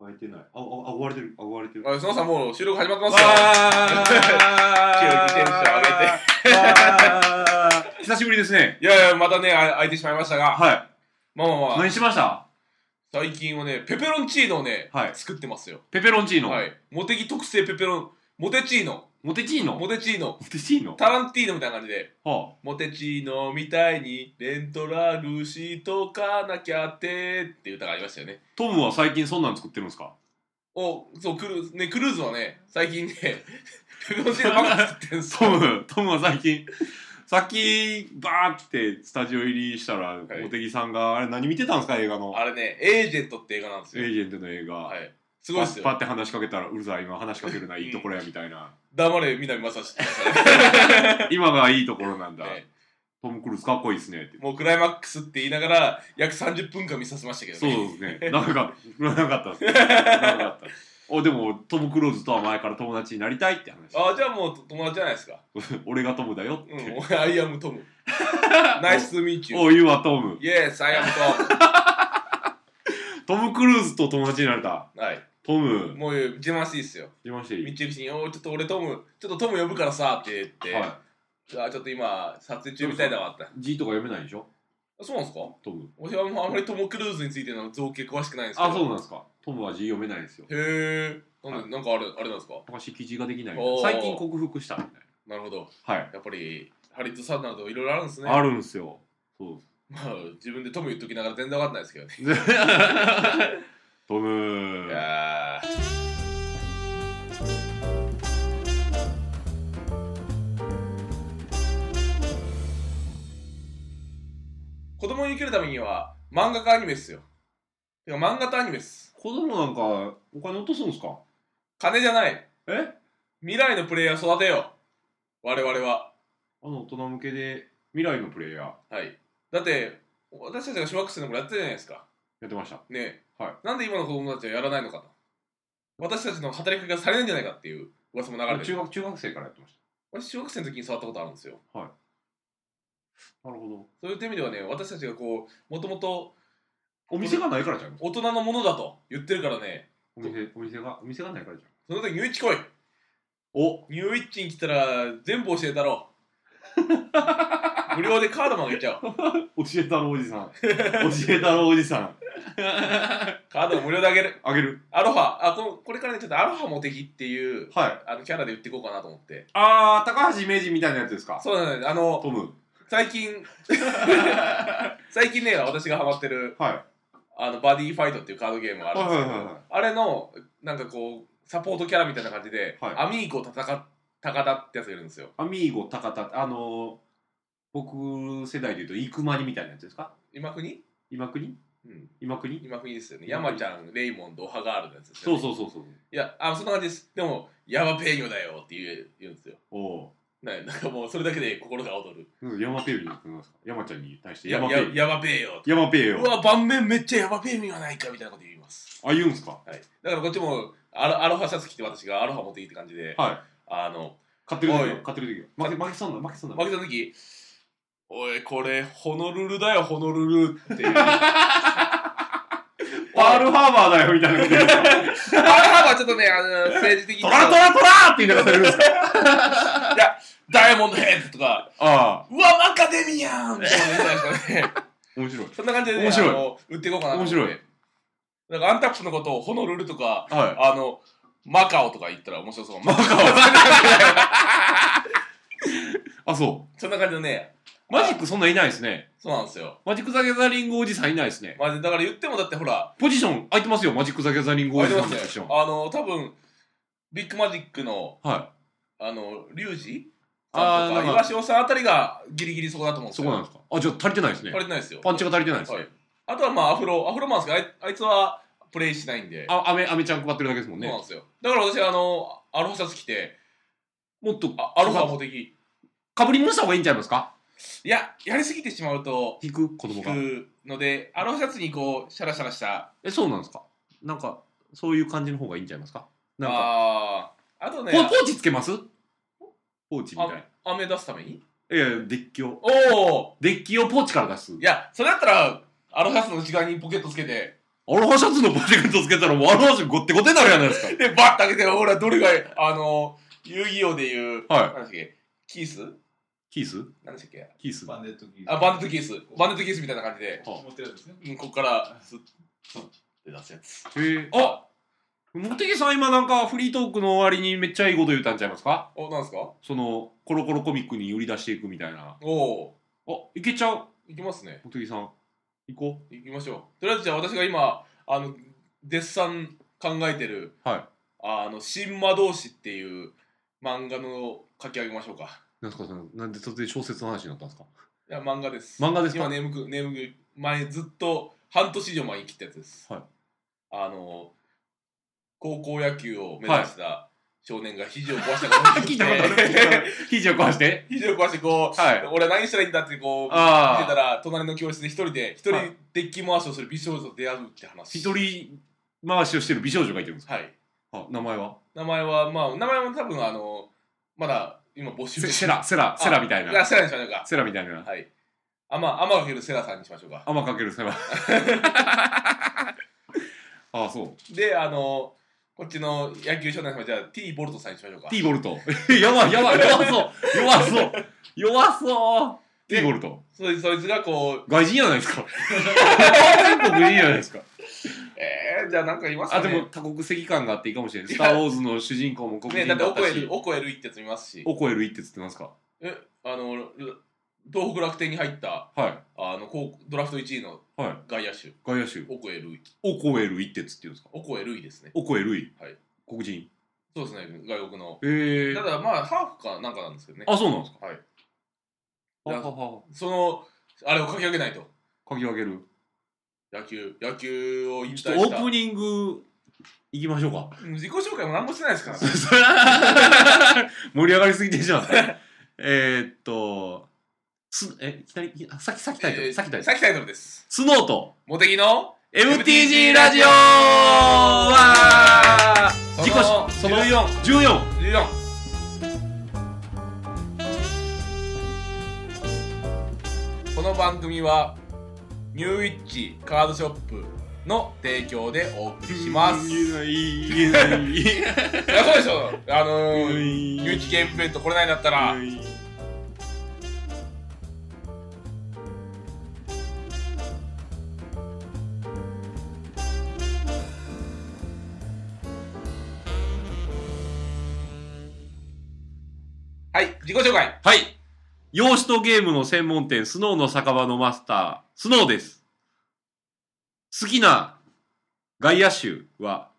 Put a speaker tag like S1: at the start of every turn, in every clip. S1: 開いてない。あ、あ、あ、追われてる。あ、追われてる。
S2: あ、そのさんもう収録始まって
S1: わ
S2: ますよ。
S1: ー
S2: 急にテンション上げ
S1: わー久しぶりですね。
S2: いやいや、またね、あ空いてしまいましたが、
S1: はい。
S2: まあまあまあ、
S1: 何しました
S2: 最近はね、ペペロンチーノをね、
S1: はい
S2: 作ってますよ。
S1: ペペロンチーノ。
S2: はい。モテギ特製ペペロン、モテチーノ、
S1: モテチーノ。
S2: モ
S1: モ
S2: テチーノ、
S1: テチーノ
S2: タランティーノみたいな感じで、
S1: は
S2: モテチーノみたいにレントラルしとかなきゃってっていう歌がありましたよね
S1: あ。トムは最近そんなん作ってるんですか
S2: お、そう、クルーズ、ね、クルーズはね、最近ね、 ペペロンチーノばっか作ってんす
S1: ト
S2: よ。
S1: ム、 トムは最近、さっき、バーってスタジオ入りしたら、
S2: い
S1: 茂木さんが、あれ何見てたんですか映画の。
S2: あれね、エージェントって映画なんです
S1: エ
S2: よ。
S1: ージェントの映画。
S2: はい。すごいっすよ
S1: パ。ッパッて話しかけたら、うるさい、今話しかけるな、いいところや、みたいな。
S2: 黙れ、南正史ってやつだね。
S1: 今がいいところなんだ。
S2: ね
S1: トム・クルーズかっこいいですねって。
S2: もうクライマックスって言いながら約30分間見させましたけど
S1: そう
S2: ね
S1: ですね。長かった。長かった です。長かった。おでも、トム・クルーズとは前から友達になりたいって話。
S2: ああじゃあもう友達じゃないですか
S1: 俺がトムだよって。
S2: うん I am Tom Nice to meet you
S1: おい、言うわ、トム。
S2: Yes I am Tom
S1: トム・クルーズと友達になれた。
S2: はい
S1: トム、
S2: もう自慢していいっすよ
S1: 自慢して
S2: 道
S1: いい
S2: 行くに「おいちょっと俺トムちょっとトム呼ぶからさ」って言って、
S1: は
S2: あちょっと今撮影中みたいだわって
S1: い。字とか読めないでしょ
S2: あそうなんですか
S1: トム。
S2: 俺はもうあんまりトム・クルーズについての造形詳しくないんですけど
S1: あ、そうなんですか。トムは字読めないんですよ。
S2: へえなん,、
S1: は
S2: なんかあれあれなんですか
S1: 昔、記事ができない
S2: おー。
S1: 最近克服したみたい
S2: なるほど
S1: な。はい。
S2: やっぱりハリウッドさんなどいろいろあるんですね
S1: あるんすよ。そう
S2: まあ自分でトム言っときながら全然分かんないですけどね
S1: トム
S2: いやー子供に生きるためには漫画かアニメっすよ。てか漫画とアニメっす。
S1: 子供なんかお金落とすんですか
S2: 金じゃない。
S1: え
S2: 未来のプレイヤー育てよう。我々は。
S1: あの大人向けで未来のプレイヤー
S2: はい。だって、私たちが小学生の頃やってたじゃないですか。
S1: やってました
S2: ねえ。
S1: は
S2: なんで今の子供たちはやらないのかと。私たちの働きかけがされないんじゃないかっていう噂も流れて
S1: 中
S2: る。
S1: 学中学生からやってまし
S2: 私、小学生の時に触ったことあるんですよ。
S1: たなるほど
S2: そういった意味ではね、私たちがこう、もともと
S1: お店がないからじゃん
S2: 大人のものだと言ってるからね、
S1: お店お店がお店がないからじゃん
S2: その時ニューイッチ来い
S1: お
S2: ニューイッチに来たら全部教えたろう無料でカードマンがいちゃう
S1: 教えたろおじさん教えたろおじさん
S2: カードを無料であげる
S1: あげる
S2: アロハあこのこれからねちょっとアロハモテギっていう
S1: はい
S2: あのキャラで言っていこうかなと思って
S1: あー高橋名人みたいなやつですか
S2: そうだねあの
S1: トム
S2: 最近最近ね私がハマってる
S1: はい
S2: あのバディファイトっていうカードゲームがあるんですけど、あれのなんかこうサポートキャラみたいな感じで、
S1: はい
S2: アミーゴ戦っ高田ってやつがいるんですよ
S1: アミーゴ高田あのー、僕世代でいうと生間にみたいなやつですか
S2: 今国
S1: 今国
S2: うん
S1: 今国
S2: 今国ですよね。
S1: 今国
S2: 山ちゃん、レイモンド、ハガールのやつですよ
S1: そう
S2: ね。う。
S1: そうそうそう
S2: いや、あそんな感じです。でも、ヤマペーニョだよって言う言うんですよ。
S1: おお
S2: ななんかもう、それだけで心が躍る。
S1: うん山ペーに行ますか山ちゃんに対して
S2: や
S1: 山ペ
S2: や
S1: ー
S2: ヤマペーよ。
S1: 山ペー
S2: う
S1: よ
S2: わ、盤面めっちゃヤマペーニョやないかみたいなこと言います。
S1: あ言うんすか
S2: はい。だからこっちも、アロアロハシャツ着て私がアロハ持ってきって感じで、
S1: はい
S2: あの、
S1: 勝ってる時
S2: お
S1: よ
S2: い
S1: 勝ってる時よ負け負けそうな負けそうな
S2: 負けた時、おい、これ、ホノルルだよ、ホノルルっていう。
S1: パールハーバーだよみたいなこと言うんですか
S2: アロハはちょっとね、あの、政治的に。
S1: トラトラトラーって言いながらやるんですか
S2: ダイヤモンドヘッドとか、
S1: ああ
S2: うわ、マカデミアンって言うんじゃないですかね。
S1: 面白い
S2: そんな感じで、ね、
S1: 面白い
S2: あの売っていこうかなと思って。
S1: 面白い
S2: なんかアンタップのことをホノルルとか、
S1: は
S2: あの、マカオとか言ったら面白そう。マカオ
S1: いあそ
S2: そんな感じのね、
S1: うマジックそんないないですね
S2: そうなんですよ。
S1: マジック・ザ・ギャザリングおじさんいないですね
S2: まあ、だから言ってもだってほら、
S1: ポジション空いてますよマジック・ザ・ギャザリングお
S2: あ
S1: じ
S2: れ
S1: さん
S2: ま
S1: のポ
S2: すね
S1: ジション
S2: あの、多分ビッグマジックの、
S1: は
S2: あの、リュウジ
S1: あー
S2: さんとか、
S1: なんか
S2: 岩潮さんあたりがギリギリそこだと思うん
S1: い
S2: です
S1: そ
S2: よ。
S1: こなんですかあじゃあ足りてないですね
S2: 足りてないですよ。
S1: パンチが足りてないですね
S2: はいあとはまあ、アフロ、アフロマンスがあいあいつはプレイしないんで、
S1: あアメアメちゃん配ってるだけですもん
S2: そうな
S1: ね
S2: んですよ。だから私、あの、アロハシャツ着て、
S1: もっと
S2: あアロハモテギ。
S1: かぶり物した方がいいんちゃいますか
S2: いや、やりすぎてしまうと、
S1: 引く子供が
S2: くので、アロハシャツにこう、シャラシャラした。
S1: えそうなんですかなんかそういう感じの方がいいんちゃいますかなんか
S2: ああーあとね
S1: ポ、ポーチつけますポーチみたいな。
S2: 雨出すために
S1: いやいや、デッキを。
S2: おお
S1: デッキをポーチから出す
S2: い。や、それだったら、アロハシャツの内側にポケットつけて、
S1: アロハシャツのプレゼントつけたらもうアロハシャツごってごてになるじゃないですか。
S2: で、バッと開けて、ほら、どれが、あの、遊戯王でいう、
S1: はい
S2: 何でしたっけキース
S1: キース
S2: 何でしたっけ
S1: キース
S3: バンデットキー
S2: あ、バンデットキース。バンデットキースみたいな感じで、
S3: 持ってるやつですね。
S2: うん、こっから、スッ、スッって出すやつ。
S1: へえ。あ茂木さん今なんかフリートークの終わりにめっちゃいいこと言ったんちゃいますか
S2: お、なんですか
S1: そのコロコロコミックに売り出していくみたいな。
S2: おお
S1: あ、いけちゃう。
S2: ー、いきますね。
S1: 茂木さん。行こ
S2: いきましょう。とりあえず、じゃあ私が今、あの、デッサン考えてる、
S1: はい
S2: あの、新魔導士っていう漫画の書き上げましょうか。
S1: う。なんすかそのなんで突然小説の話になったんですか
S2: いや、漫画です。
S1: 漫画ですか
S2: 今、眠く、眠く、前ずっと、半年以上前に切ったやつです。
S1: はい
S2: あの、高校野球を目指した少年が肘を壊したから、
S1: 聞いたことある聞いたことあ る。記事を壊して。
S2: 肘を壊して、こう、
S1: はい。
S2: 俺は何したらいいんだって、こう、見てた
S1: ああ。
S2: ら、隣の教室で一人で、一人
S1: はい
S2: デッキ回しをする美少女と出会うって話。
S1: 一人回しをしてる美少女がいてるんですか
S2: はい。
S1: あ、名前は
S2: 名前は、まあ、名前も多分、あの、まだ今募集
S1: セセラ、セラ、セラみたい
S2: いや、
S1: な。
S2: セラにしましょうか。
S1: セラみたいな。
S2: はい。あま、あまかけるセラさんにしましょうか。
S1: 雨かけるセ ラ。ああ、そう。
S2: で、あの、こっちの野球少年様、じゃあ、T ボルトさんにしましょうか。
S1: T ボルト。 やばい、やばい、弱そう。弱そう。弱そう。
S2: で
S1: T ボルト。
S2: そいつそいつがこう、
S1: 外人じゃないですか。全国人じゃないですか。
S2: えー、じゃあなんかいます か
S1: あ、
S2: ね。
S1: でも多国籍感があっていいかもしれない。
S2: い
S1: ス
S2: や
S1: ター・ウォーズの主人公も黒
S2: ね、
S1: 人
S2: だ
S1: だ
S2: って、
S1: っ
S2: オコ
S1: た
S2: エル
S1: し、、
S2: オコエルイってやつ見ますし、
S1: オコエルイって言ってますか。
S2: え、あの、ル東北楽天に入った、
S1: は
S2: あの、こうドラフト1位の
S1: い。はい。
S2: 外野手、
S1: 外野手。
S2: オコエルイ。
S1: オコエルイって言って言うんですか。
S2: オコエルイですね。
S1: オコエルイ。
S2: はい。
S1: 黒人。
S2: そうですね、外国の。
S1: へえ
S2: た。だ、まあ、ハーフかなんかなんですけどね。
S1: あ、そうなんですか。
S2: はい。
S1: はははは。
S2: その、あれを書き上げないと。
S1: 書き上げる。
S2: 野球、野球を引退し
S1: ちょ
S2: た。
S1: っとオープニング、行きましょうか。
S2: うん自己紹介も何もしてないですからね。
S1: それは盛り上がりすぎてんじ ゃん。えーっと、す、え、いきなり、あさっき、さっきタイトル、さっきタイトル。
S2: 先タイトルです。
S1: スノーと
S2: モテギの
S1: MTG ラジオ
S2: わ
S1: わ
S2: ー
S1: ー自己紹
S2: そ
S1: そ
S2: の
S1: の
S2: 14。
S1: 14!
S2: 14。この番組は、ニューイッチカードショップの提供でお送りします。い
S1: 言えない、言えない、言 え
S2: や、そうでしょ。あの
S1: ない。
S2: ー、ニューイッチゲームイベント来れないんだったら、はい、自己紹介。
S1: はい。洋酒とゲームの専門店、スノーの酒場のマスター、スノーです。好きな外野手は、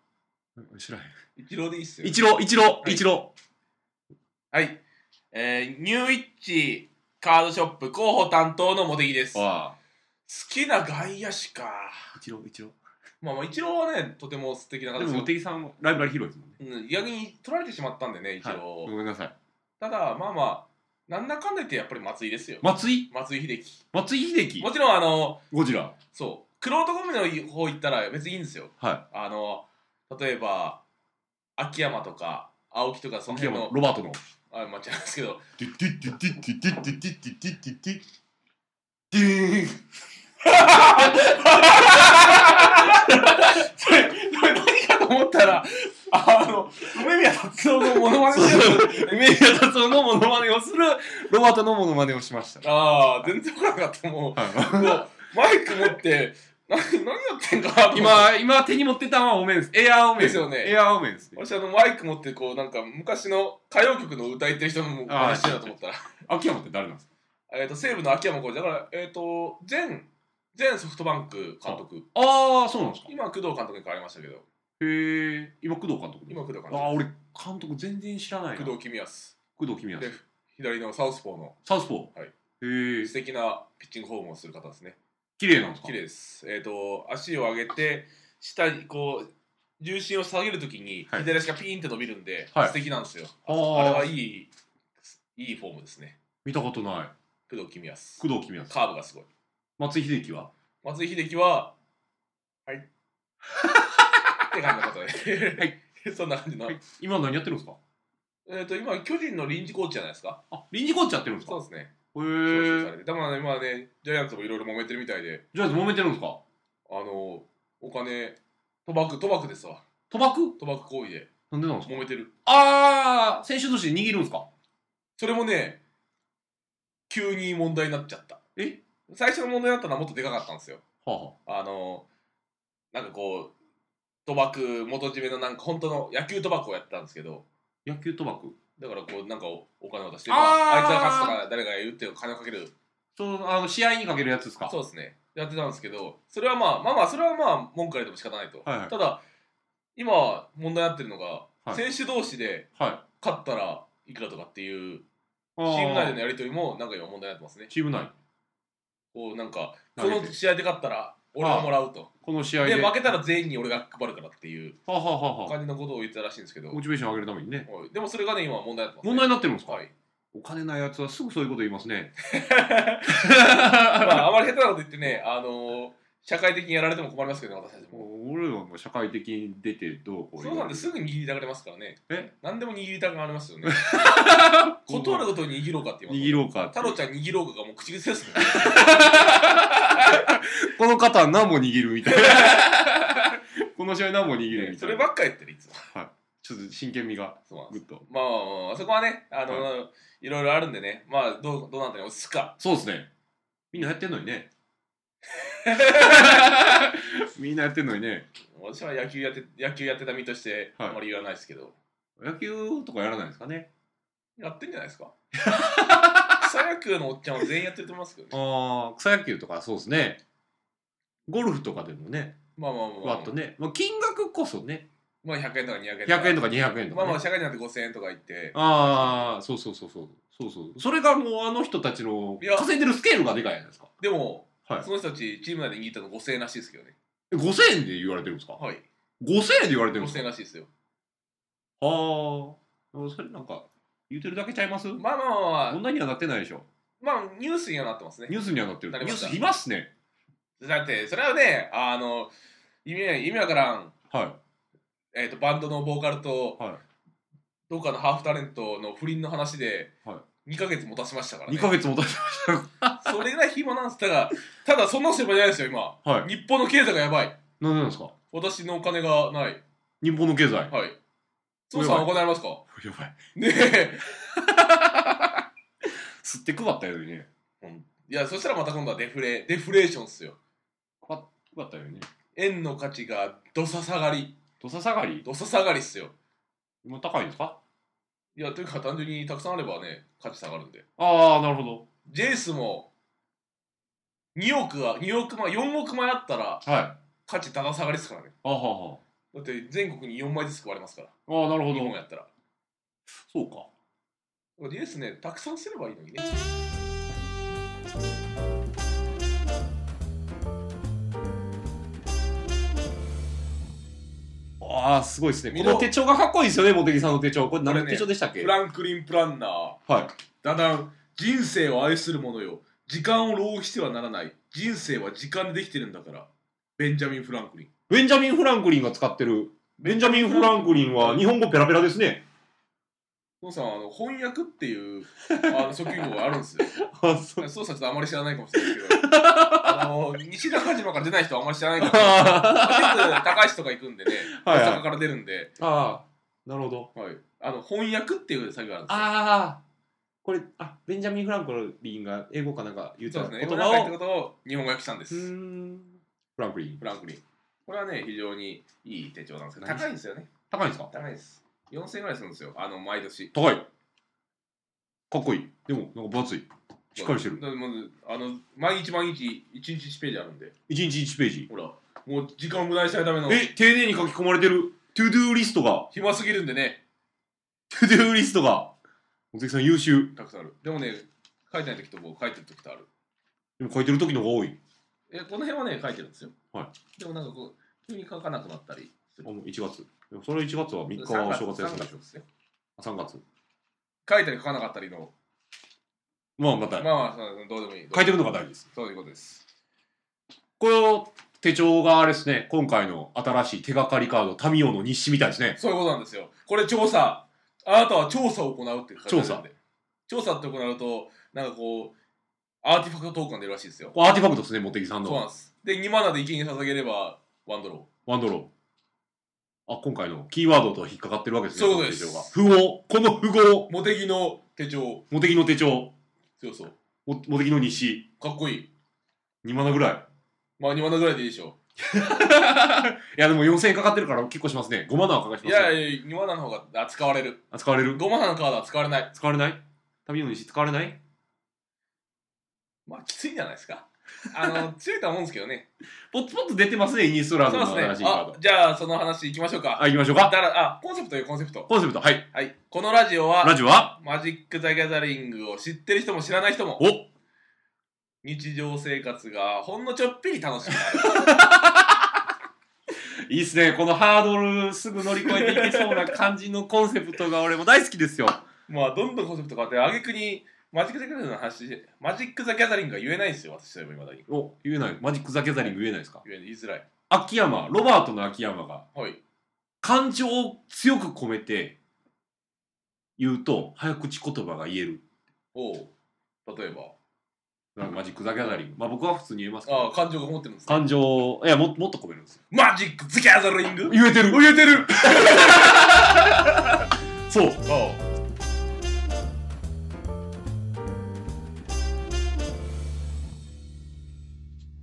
S1: 知らへん。
S2: 一郎でいいっすよ。
S1: 一郎、一郎、
S2: い
S1: 一郎。
S2: はい。えー、ニューイッチカードショップ広報担当の茂木です。好
S1: あ
S2: きな外野手か。
S1: あ。一郎、一郎。
S2: まあまあ、一郎はね、とても素敵な方
S1: で
S2: です
S1: も、茂木さんはライブラリ広いですもんね。
S2: うん、逆に取られてしまったんでね、一
S1: はい
S2: 郎。
S1: ごめんなさい。
S2: ただ、まあまあ、なんだかんだ言ってやっぱり松井ですよ。
S1: 松井
S2: 松井秀喜。
S1: 松井秀喜
S2: もちろん、あの、
S1: ゴジラ。
S2: そう、くろうとコミの方行ったら別にいいんですよ。
S1: は
S2: あの、例えば、秋山とか、青木とか、そ
S1: い。
S2: の
S1: 秋
S2: 辺
S1: 山
S2: の、
S1: ロバートの。
S2: あ、間違いですけど、
S1: ティッティッティッティッティッティッティッティッティッティッティーン
S2: それ、それ何かと思ったら、あの、梅宮達夫のモノマ ネしてるんですよね
S1: 梅宮達夫のモノマネをするロバートのモノマネをしました。
S2: ああ、全然来なかった、もう。
S1: はい
S2: もうマイク持って、何、何やってんかなと思って、
S1: 今、今手に持ってたのはオメンです。エアーオメン
S2: ですよね
S1: エアーオメンですね。
S2: 私あのマイク持ってこうなんか昔の歌謡曲の歌いってる人のも
S1: あー
S2: 話してるなと思ったら
S1: 秋山って誰なんですか
S2: えっと西武の秋山浩二だからえっ、と前前ソフトバンク監督
S1: ああ、そうなんですか。
S2: 今工藤監督に変わりましたけど
S1: へえ。今、工藤監督。
S2: 今工藤監
S1: ああ、
S2: 督
S1: 俺、監督全然知らないな。
S2: 工藤公康
S1: 工藤君や
S2: で左のサウスポーの
S1: サウスポー。
S2: はい
S1: へえ
S2: 素。敵なピッチングフォームをする方ですね
S1: 綺麗なんですか
S2: 綺麗ですえっ、と足を上げて下にこう重心を下げるときに
S1: はい
S2: 左足がピーンって伸びるんで、
S1: はい
S2: 素敵なんですよ
S1: あ
S2: あれ
S1: あ
S2: はいいいいフォームですね
S1: 見たことない。
S2: 工藤公康
S1: 工藤君や
S2: カーブがすごい
S1: 松井秀喜は
S2: 松井秀喜は、 はい。って感じのことで。はい。 そんな感じの。
S1: はい今何やってるんですか
S2: えっ、と、今、巨人の臨時コーチじゃないですか。
S1: あ、臨時コーチやってるんです
S2: そう
S1: か
S2: ですね。
S1: へ
S2: 招集さ
S1: え。
S2: れて。だからね、今ね、ジャイアンツもいろいろ揉めてるみたいで、
S1: じゃあ、揉めてるんですか
S2: あの、お金賭博賭博ですわ
S1: 賭博
S2: 賭博行為で
S1: なんでなんですか
S2: 揉めてる
S1: ああ、選手同士で握るんですか
S2: それもね急に問題になっちゃった
S1: え
S2: 最初の問題だったのはもっとでかかったんですよ
S1: はあ、は
S2: あのなんかこう賭博元締めのなんか本当の野球賭博をやってたんですけど
S1: あ、野球賭博
S2: だからこうなんかおお金を出して
S1: あー
S2: まああいつが勝つとか誰かが言って金をかける
S1: そう、あの、試合にかけるやつですか
S2: そうですねやってたんですけどそれはまあまあまあそれはまあ文句あれても仕方ないと、
S1: はいはい
S2: ただ今問題になってるのが、
S1: はい
S2: 選手同士で
S1: はい。
S2: 勝ったらいくらとかっていう
S1: チ
S2: チーム内でのやり取りもなんか今問題になってますね
S1: チーム内。
S2: こうなんかこ
S1: 投げ
S2: の
S1: て
S2: 試合で勝ったら俺がもらうと
S1: この試合で。
S2: で負けた
S1: は
S2: ら全員に俺が配るからっていう
S1: あ、はあはあはあ、
S2: 感じのことを言ってたらしいんですけど
S1: モチベーション上げるためにね。
S2: はいでもそれがね今問題になってます、ね、
S1: 問題になってるんですか、
S2: はい、
S1: お金ないやつはすぐそういうこと言います ね。
S2: まああまり下手なこと言ってねあのー社会的にやられても困りますけどね私たちも
S1: 俺らも社会的に出てどうこう。
S2: そうなんですすぐ握りたがれますからね
S1: え
S2: 何でも握りたくなりますよ ね断ることに握ろうかって言い
S1: 握ろ
S2: ます
S1: うかって
S2: 太郎ちゃん握ろうかがもう口癖ですね
S1: この方は何も握るみたい な。この試合何も握るみ
S2: ね
S1: た
S2: そ
S1: い
S2: れ
S1: な。
S2: ばっか言ってるいつも
S1: ちょっと真剣味が
S2: そうなん
S1: ぐ
S2: で
S1: っ
S2: す
S1: と。
S2: まあまあまあまあそこはねあのー、い、ろいろあるんでねまあどうどうなったに落ち着くか
S1: そうですね。みんなやってんのに ね。みんなやってんのにね。
S2: 私は野球やって野球やってた身として
S1: はい
S2: あまり言わないですけど、
S1: 野球とかやらないんですかね。
S2: やってんじゃないですか 草野球のおっちゃんは全員やってると思いますけどね
S1: ああ、草野球とかそうですね。ゴルフとかでもね、
S2: まあまあまあ、
S1: わっとね、まあ、金額こそね、
S2: まあ100円とか200円とか
S1: 100円とか200円とか、
S2: まあ
S1: ね。
S2: まあ社会になって5000円とか言って
S1: ああ、そうそうそうそう。そうそう。それがもうあの人たちの
S2: いや
S1: 稼いでるスケールがでかいじゃないですか。
S2: でも、
S1: はい
S2: その人たちチーム内で握ったの5000円らしいですけどね
S1: え5000円で言われてるんですか
S2: はい
S1: ?5000 円で言われてるんです
S2: 5000
S1: か
S2: 円らしいですよ
S1: ああ、それなんか、言うてるだけちゃいます
S2: まあまあまあまあ
S1: 問題にはなってないでしょ。
S2: まあニュースにはなってます
S1: ニ
S2: ね
S1: ュースにはなってる。
S2: なり
S1: ニ
S2: ま
S1: ュー
S2: した
S1: スいますね。
S2: だってそれはねあの意味意味わからん、
S1: は
S2: えー、とバンドのボーカルと
S1: い。は
S2: どっかのハーフタレントの不倫の話で
S1: は
S2: 2ヶ月もたしましたから
S1: い。
S2: ね
S1: 2ヶ月も経ちまし
S2: それぐらい暇なんですただただそんなことしてる場合じゃないですよ今
S1: た。はい。
S2: 日本の経済がやばい
S1: なんでなんですか
S2: 私のお金がない
S1: 日本の経済。や
S2: はいそうさんお金ありますか
S1: ばい。
S2: ねえ
S1: 吸って配ったよりね。
S2: いやそしたらまた今度はデフレデフレーションっすよ
S1: 配ったよりね。
S2: 円の価値がどさ下がり
S1: 土佐下がり
S2: どさ下がりっすよ
S1: 今高いんですか
S2: いやというか単純にたくさんあればね価値下がるんで
S1: ああ、なるほど。
S2: ジェイスも2億は2億枚4億枚あったら
S1: はい。
S2: 価値ただ下がりっすからね
S1: あはは。
S2: だって全国に4枚ずつ配れますから
S1: ああ、なるほ
S2: 日本
S1: ど。
S2: やったら
S1: そうか。
S2: ジェイスねたくさんすればいいのにね
S1: ああ、すごいですね。
S2: 見
S1: こ
S2: ろ
S1: の手帳がかっこいいですよね、茂木さんの手帳。これ何
S2: これ
S1: の
S2: ね
S1: 手帳でしたっけ、
S2: フランクリン・プランナー
S1: はい。
S2: だだん人生を愛する者よ時間を浪費してはならない人生は時間でできてるんだからベンジャミン・フランクリン
S1: ベンジャミン・フランクリンが使ってる。ベンジャミン・フランクリンは日本語ペラペラですね。
S2: 父さんあの翻訳っていうあの職業があるんですよ
S1: あ、そう。
S2: 父さんちょっとあまり知らないかもしれない ですけどあの西中島から出ない人はあまり知らないか もしれない
S1: あ
S2: 結構高橋とか行くんでね
S1: あ、はい、
S2: 大
S1: は
S2: 阪
S1: い。
S2: から出るんで、
S1: ああ、なるほど。
S2: はい、あの翻訳っていう作業があるんですよ
S1: ああ、これ、あ、ベンジャミン・フランクリンが英語かなんか言った
S2: そう
S1: 言
S2: ですね英語で書
S1: 葉
S2: いた
S1: を。
S2: ことを日本語訳したんで
S1: う
S2: す、
S1: ーん。フランクリン
S2: フ。ランクリンこれはね非常にいい手帳なんですけど
S1: 何
S2: 高いんですよね
S1: 高いんですか
S2: 高いです4000円ぐらいするんですよあの毎年
S1: 高い。かっこいい。でも、なんか分厚い。しっかりしてる。
S2: だまずあの毎日毎日1日1ページあるんで
S1: 1日1ページ。
S2: ほらもう時間を無駄にしないための
S1: え、丁寧に書き込まれてる。トゥドゥーリストが。
S2: 暇すぎるんでね
S1: トゥドゥーリストが。茂木さん優秀。
S2: たくさんあるでもね書いてない時とこう書いてる時とある
S1: でも書いてる時の方が多い。
S2: えこの辺はね書いてるんですよ
S1: は
S2: でもなんかこう急に書かなくなったりす
S1: あ
S2: る
S1: もう1月。でもそれ1月は3日はお正月休
S2: 3
S1: みで
S2: 月
S1: しょ。
S2: ですね
S1: 3月。
S2: 書いたり書かなかったりの
S1: まあま
S2: ま
S1: た
S2: あ、まあそうどうでもいい
S1: 書いてるのが大事です。
S2: そういうことです
S1: この手帳があれですね、今回の新しい手がかりカード、タミオの日誌みたいですね。
S2: そういうことなんですよこれ調査あなたは調査を行うって書いてあるんで調査って行うとなんかこうアーティファクトトークンが出るらしいですよ
S1: これアーティファクトですね、茂木さん
S2: そうなん
S1: の。
S2: です。で、2マナで池に捧げれば、ワンドロ
S1: ワンドロー。あ、今回のキーワードと引っかかってるわけですね。
S2: そうです
S1: この手帳が符号。この符号。
S2: ー。モテギの手帳。
S1: モテギの手帳。
S2: そうそう。
S1: モモテギの西。
S2: かっこいい。
S1: 2万ぐらい。
S2: まあ2万ぐらいでいいでしょ。
S1: いや、でも4000円かかってるから結構しますね。5万はかかります
S2: い
S1: ね。
S2: やいや、2万の方が扱われる。
S1: あ使われる
S2: 5万のカードは使われない。
S1: 使われない旅の西使われない
S2: まあきついんじゃないですか。あの、強いとは思うんですけどね。
S1: ポツポツ出てますね、イニストラー
S2: そ
S1: ズ
S2: う
S1: の
S2: で
S1: 新
S2: す
S1: しい
S2: ね。
S1: カー
S2: あ
S1: ド。、
S2: じゃあその話行きましょうか。
S1: あ、行きましょう
S2: だ
S1: か。
S2: から、あ、コンセプトいうコンセプト。
S1: コンセプト、はい。
S2: はい。このラジオは
S1: ラ、ジオは
S2: マジック・ザ・ギャザリングを知ってる人も知らない人も、
S1: お
S2: 日常生活がほんのちょっぴり楽しくなる。
S1: いいっすね。このハードルすぐ乗り越えていけそうな感じのコンセプトが俺も大好きですよ。
S2: まあ、どんどんコンセプト変わって、あげくに、マジック・ザ・ギャザリングの話、マジック・ザ・ギャザリングが言えないんですよ、私は今だに。
S1: お、言えない。マジック・ザ・ギャザリング言えないですか
S2: 言え言いづらい。
S1: 秋山、ロバートの秋山が
S2: はい。
S1: 感情を強く込めて言うと早口言葉が言える。
S2: おう。例えば。
S1: なんかマジック・ザ・ギャザリング。まあ僕は普通に言えますけど。
S2: ああ、感情が持ってるんですか
S1: 感情を、いやも、もっと込めるんですよ。
S2: マジック・ザ・ギャザリング
S1: 言えてる言えてる そう。
S2: おう。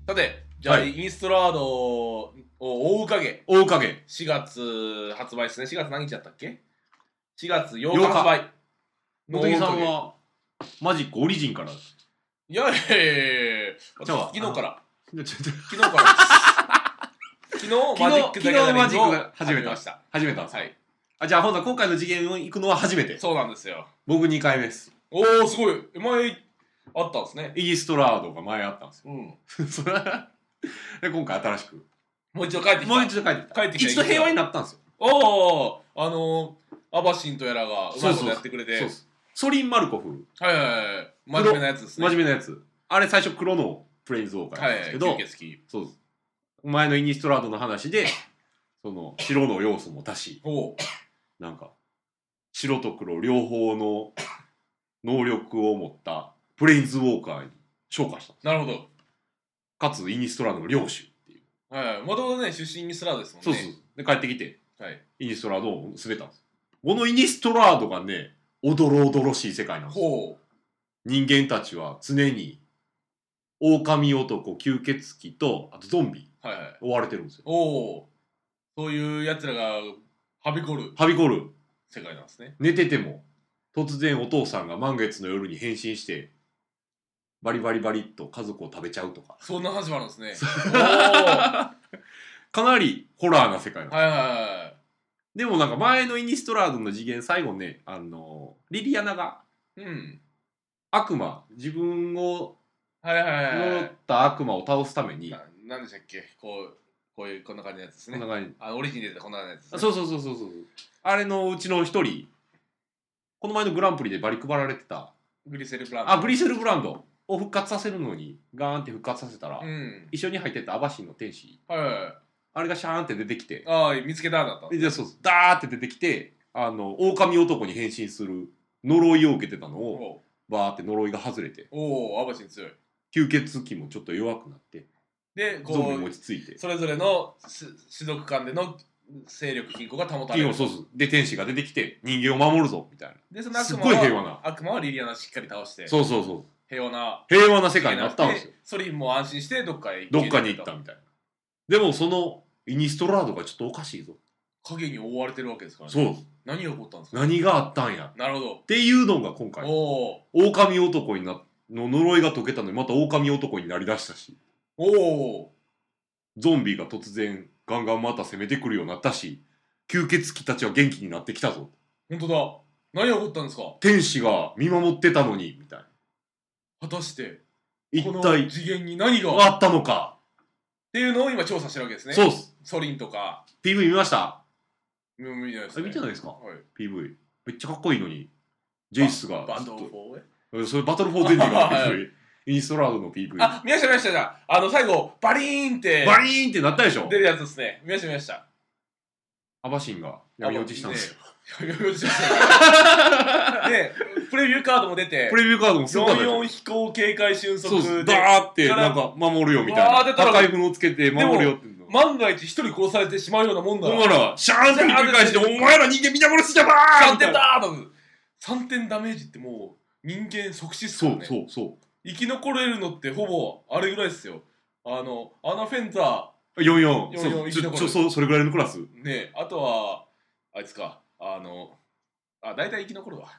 S2: さて、じゃあ、
S1: はい
S2: インストラードを追う影。
S1: 大影。
S2: 4月発売ですね。4月何日だったっけ ?4 月8
S1: 8
S2: 日
S1: 日
S2: 発売。
S1: 茂木さんはマジックオリジンからです。
S2: いやいやいやいや
S1: じゃあ
S2: 昨日から。
S1: ちょちょ
S2: 昨日から です。昨日、
S1: 昨日
S2: マジックだけだ
S1: 昨日マジック
S2: を
S1: 始めた
S2: ました。
S1: 初めてなんですか、
S2: はい。
S1: あじゃあほんなら今回の次元を行くのは初めて
S2: そうなんですよ。
S1: 僕2回目です
S2: おー、すごい。前、あったんですね。
S1: イギストラードが前あったんです
S2: うん。
S1: よそれはで今回新しく
S2: もう一度帰ってきた。
S1: もう一度帰ってきた
S2: 帰ってきた
S1: 一度平和になったんですよ
S2: おー、あのー、アバシンとやらがうま
S1: そ
S2: いうこ
S1: そう
S2: とやってくれて。
S1: そうですソリン・マルコフ
S2: はいはいはい。真面目なやつですね。
S1: 真面目なやつあれ最初黒のプレインズオーカー
S2: は
S1: なん
S2: い
S1: です
S2: はい。
S1: け
S2: 吸
S1: ど、
S2: 血鬼。
S1: そうです前のイニストラードの話でその白の要素も足し
S2: おー。
S1: なんか白と黒両方の 能力を持ったプレインズウォーカーに昇華した
S2: なるほど。
S1: かつイニストラードの領主っていう、
S2: はい。もともとね、出身ミスラーですもんね。
S1: そうそうで帰ってきて
S2: はい。
S1: イニストラードを滑ったんですこのイニストラードがねおどろおどろしい世界なんですよ
S2: ほ
S1: 人間たちは常に狼男吸血鬼とあとゾンビ
S2: う。はいはい。
S1: 追われてるんですよ
S2: おお。そういう奴らがはびこる
S1: はびこる
S2: 世界なんですね。
S1: 寝てても突然お父さんが満月の夜に変身してバリバリバリっと家族を食べちゃうとか
S2: そんな始まるんですね。おお。は
S1: かなりホラーな世界なんで
S2: い
S1: す
S2: はいは
S1: でもなんか前のイニストラードの次元最後ねあのリリアナが
S2: い。うん。
S1: 悪魔自分を
S2: はいはいは
S1: 呪っ
S2: い。
S1: た悪魔を倒すために、
S2: ななんでしたっけこう、こういう、こんな感じのやつです
S1: こん
S2: ね
S1: な。感じ
S2: あの、オリジンで出てたこんな感じのやつ
S1: あ
S2: ですね。
S1: そうそうそうそうそうあれのうちの一人この前のグランプリでバリ配られてた
S2: グリセルプラン。
S1: あグリセルブランドを復活させるのにガーンって復活させたら、
S2: うん。
S1: 一緒に入ってたアバシンの天使
S2: はいはいはい。
S1: あれがシャーンって出てきて
S2: ああ、見つけたんだった。
S1: でそうそうダーって出てきてあの狼男に変身する呪いを受けてたの
S2: お
S1: を
S2: お
S1: バーって呪いが外れて
S2: う。おお、アバシン強い。
S1: 吸血鬼もちょっと弱くなってゾン
S2: で、
S1: ビ
S2: こ
S1: も
S2: う、
S1: 落ち着いて
S2: それぞれのし種族間での勢力均衡が保たれ
S1: 金を
S2: る。
S1: そうそうで天使が出てきて人間を守るぞみたい
S2: で、その
S1: な
S2: 悪
S1: すっ
S2: 魔
S1: ごい平
S2: は、
S1: 和な
S2: 悪魔はリリアナをしっかり倒して、
S1: そうそうそう
S2: 平和な
S1: 平和な世界になったんですよ
S2: ソリンも安心してどっかへ行
S1: どっかに行ったみたいなでもそのイニストラードがちょっとおかしいぞ
S2: 影に覆われてるわけですからね
S1: そう
S2: 何が起こったんですか
S1: 何があったんやっ
S2: なるほ
S1: ていうのが今
S2: ど
S1: 回
S2: おー
S1: 狼男になの呪いが解けたのにまた狼男になりだしたし
S2: お
S1: ゾンビが突然ガンガンまた攻めてくるようになったし吸血鬼たちは元気になってきたぞ
S2: ー本当だ何が起こったんですか
S1: 天使が見守ってたのにみたいな
S2: 果たして
S1: 一
S2: この
S1: 体
S2: 次元に何がっ
S1: あったのか、
S2: ていうのを今調査してるわけですね
S1: そうっす
S2: ソリンとか
S1: PV 見ました
S2: 見見てないです
S1: え
S2: ね
S1: 見てないですか
S2: はい
S1: PV めっちゃかっこいいのにジェイスが
S2: バン
S1: ずっ
S2: ド
S1: と
S2: 4へ
S1: えそれバトルフォーデンディの PV、
S2: は
S1: インストラードの PV
S2: あ見ました見ましたじゃああの最後バリーンって
S1: バリーンってなったでしょ
S2: 出るやつですね見ました見ました
S1: アバシンが闇落ちしたんですよ、
S2: よよよしよしで プレビューカードも出て
S1: プレビューカードもすごかったでしょ
S2: 44飛行警戒瞬
S1: そうです
S2: 速で
S1: ダーってなんか守るよみたい
S2: わ
S1: な
S2: ー出たら
S1: 高い布をつけて守るよっていうのが
S2: 万が一一人殺されてしまうようなもんな
S1: ほん
S2: ら
S1: なら、シャーンってひっくり返して、
S2: シャーンって
S1: お前ら人間皆殺しだばー
S2: 3
S1: みた
S2: 点
S1: いな
S2: だーだ3点ダメージってもう人間即死っす
S1: そ
S2: よね
S1: うそうそ
S2: 生き残れるのってほぼあれぐらいっすよあのアナ・フェンザ
S1: う。44。
S2: 44
S1: そう
S2: 生き
S1: ちょ
S2: 残る
S1: ちょそう、それぐらいのクラス。
S2: ーねあとはあいつかあのあ大体生き残るわ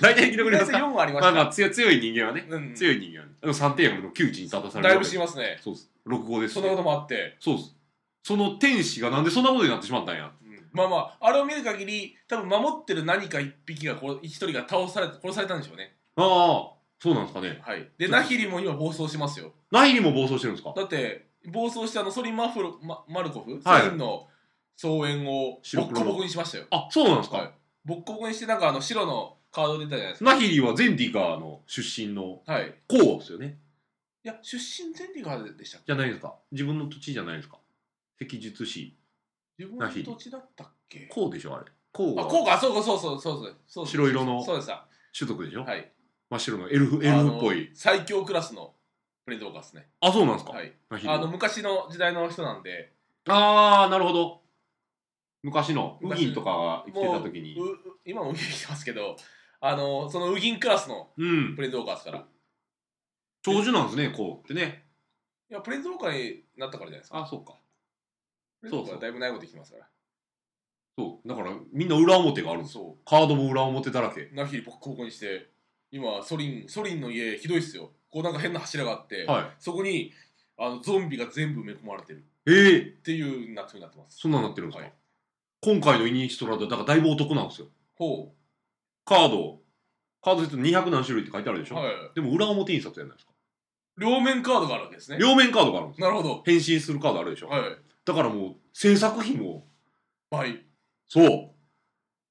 S1: 大体生き残
S2: 大
S1: りま
S2: 体
S1: すか
S2: 4あり
S1: ま
S2: ました
S1: あまあ、強い強い人間はね。
S2: うん
S1: 強い人間はね。でも3点やから窮地に立たされ
S2: だい
S1: る
S2: ぶ。死にますね
S1: そうです。6-5です
S2: そ
S1: ね。
S2: んなこともあって、
S1: そうです。その天使がなんでそんなことになってしまったんや。
S2: まあまああれを見る限り多分守ってる何か一匹がこう一人が倒され殺されたんでしょうね
S1: ああ、そうなんですかね。
S2: はいでナヒリも今暴走しますよ
S1: ナイにも暴走してるんですか
S2: だって暴走したあのソリン・マフロママルコフ、
S1: はい
S2: ソリンの総演をボ
S1: 白
S2: ッ
S1: 黒
S2: コ
S1: の
S2: ボコにしましたよ
S1: あ、そうなんです
S2: はい
S1: か。
S2: ボッコボコにしてなんかあの白のカード出たじゃないですか
S1: ナヒリはゼンディガーの出身の
S2: はいい
S1: 候補ですよね。
S2: や出身ゼンディガーでしたっけ
S1: じゃないですか。自分の土地じゃないですか。赤術師。
S2: 自分の土地だったっけ
S1: こうでしょ、あれ。こうが
S2: あこうかそうかそうそうそうそうそう
S1: 白色の
S2: そうでした
S1: 種族でしょ、
S2: はい
S1: 真っ白のエルフ、エルフっぽい
S2: あの。最強クラスのプレイ動画ですね
S1: あそうなんですか、
S2: はい
S1: ナヒリ
S2: あ
S1: は
S2: の昔の時代の人なんで
S1: あー、なるほど。昔の、ウ
S2: 昔
S1: ギンとかが生きてた時
S2: う
S1: に。
S2: う今もウギン来てますけどあのそのウギンクラスの
S1: うん
S2: プ。レイ動画ですからい
S1: 長寿なんですね、こうってね。
S2: やプレイ動画になったからじゃないですか
S1: あ、そうか。
S2: プレイ動
S1: そう
S2: 画
S1: そう
S2: だいぶないことできてますから
S1: そう。だから、みんな裏表があるんですよ。
S2: そ
S1: カードも裏表だらけ。
S2: うナヒリボッコボコにして今ソリンソリンの家ひどいっすよこうなんか変な柱があって、
S1: は
S2: そこにあのゾンビが全部埋め込まれてる
S1: い。ええー、
S2: っていうなってなってます
S1: そんなんなってるんですか、
S2: はい
S1: 今回のイニシトラだだからだいぶお得なんですよ。
S2: ほ
S1: カード、カードで言うと200何種類って書いてあるでし
S2: う
S1: ょ、
S2: はい
S1: でも裏表印刷じゃないですか。
S2: 両面カードがあるわけですね
S1: 両面カードがあるんですよ
S2: なるほど
S1: 変身するカードあるでしょ、
S2: はい
S1: だからもう制作費も、
S2: 倍
S1: そう。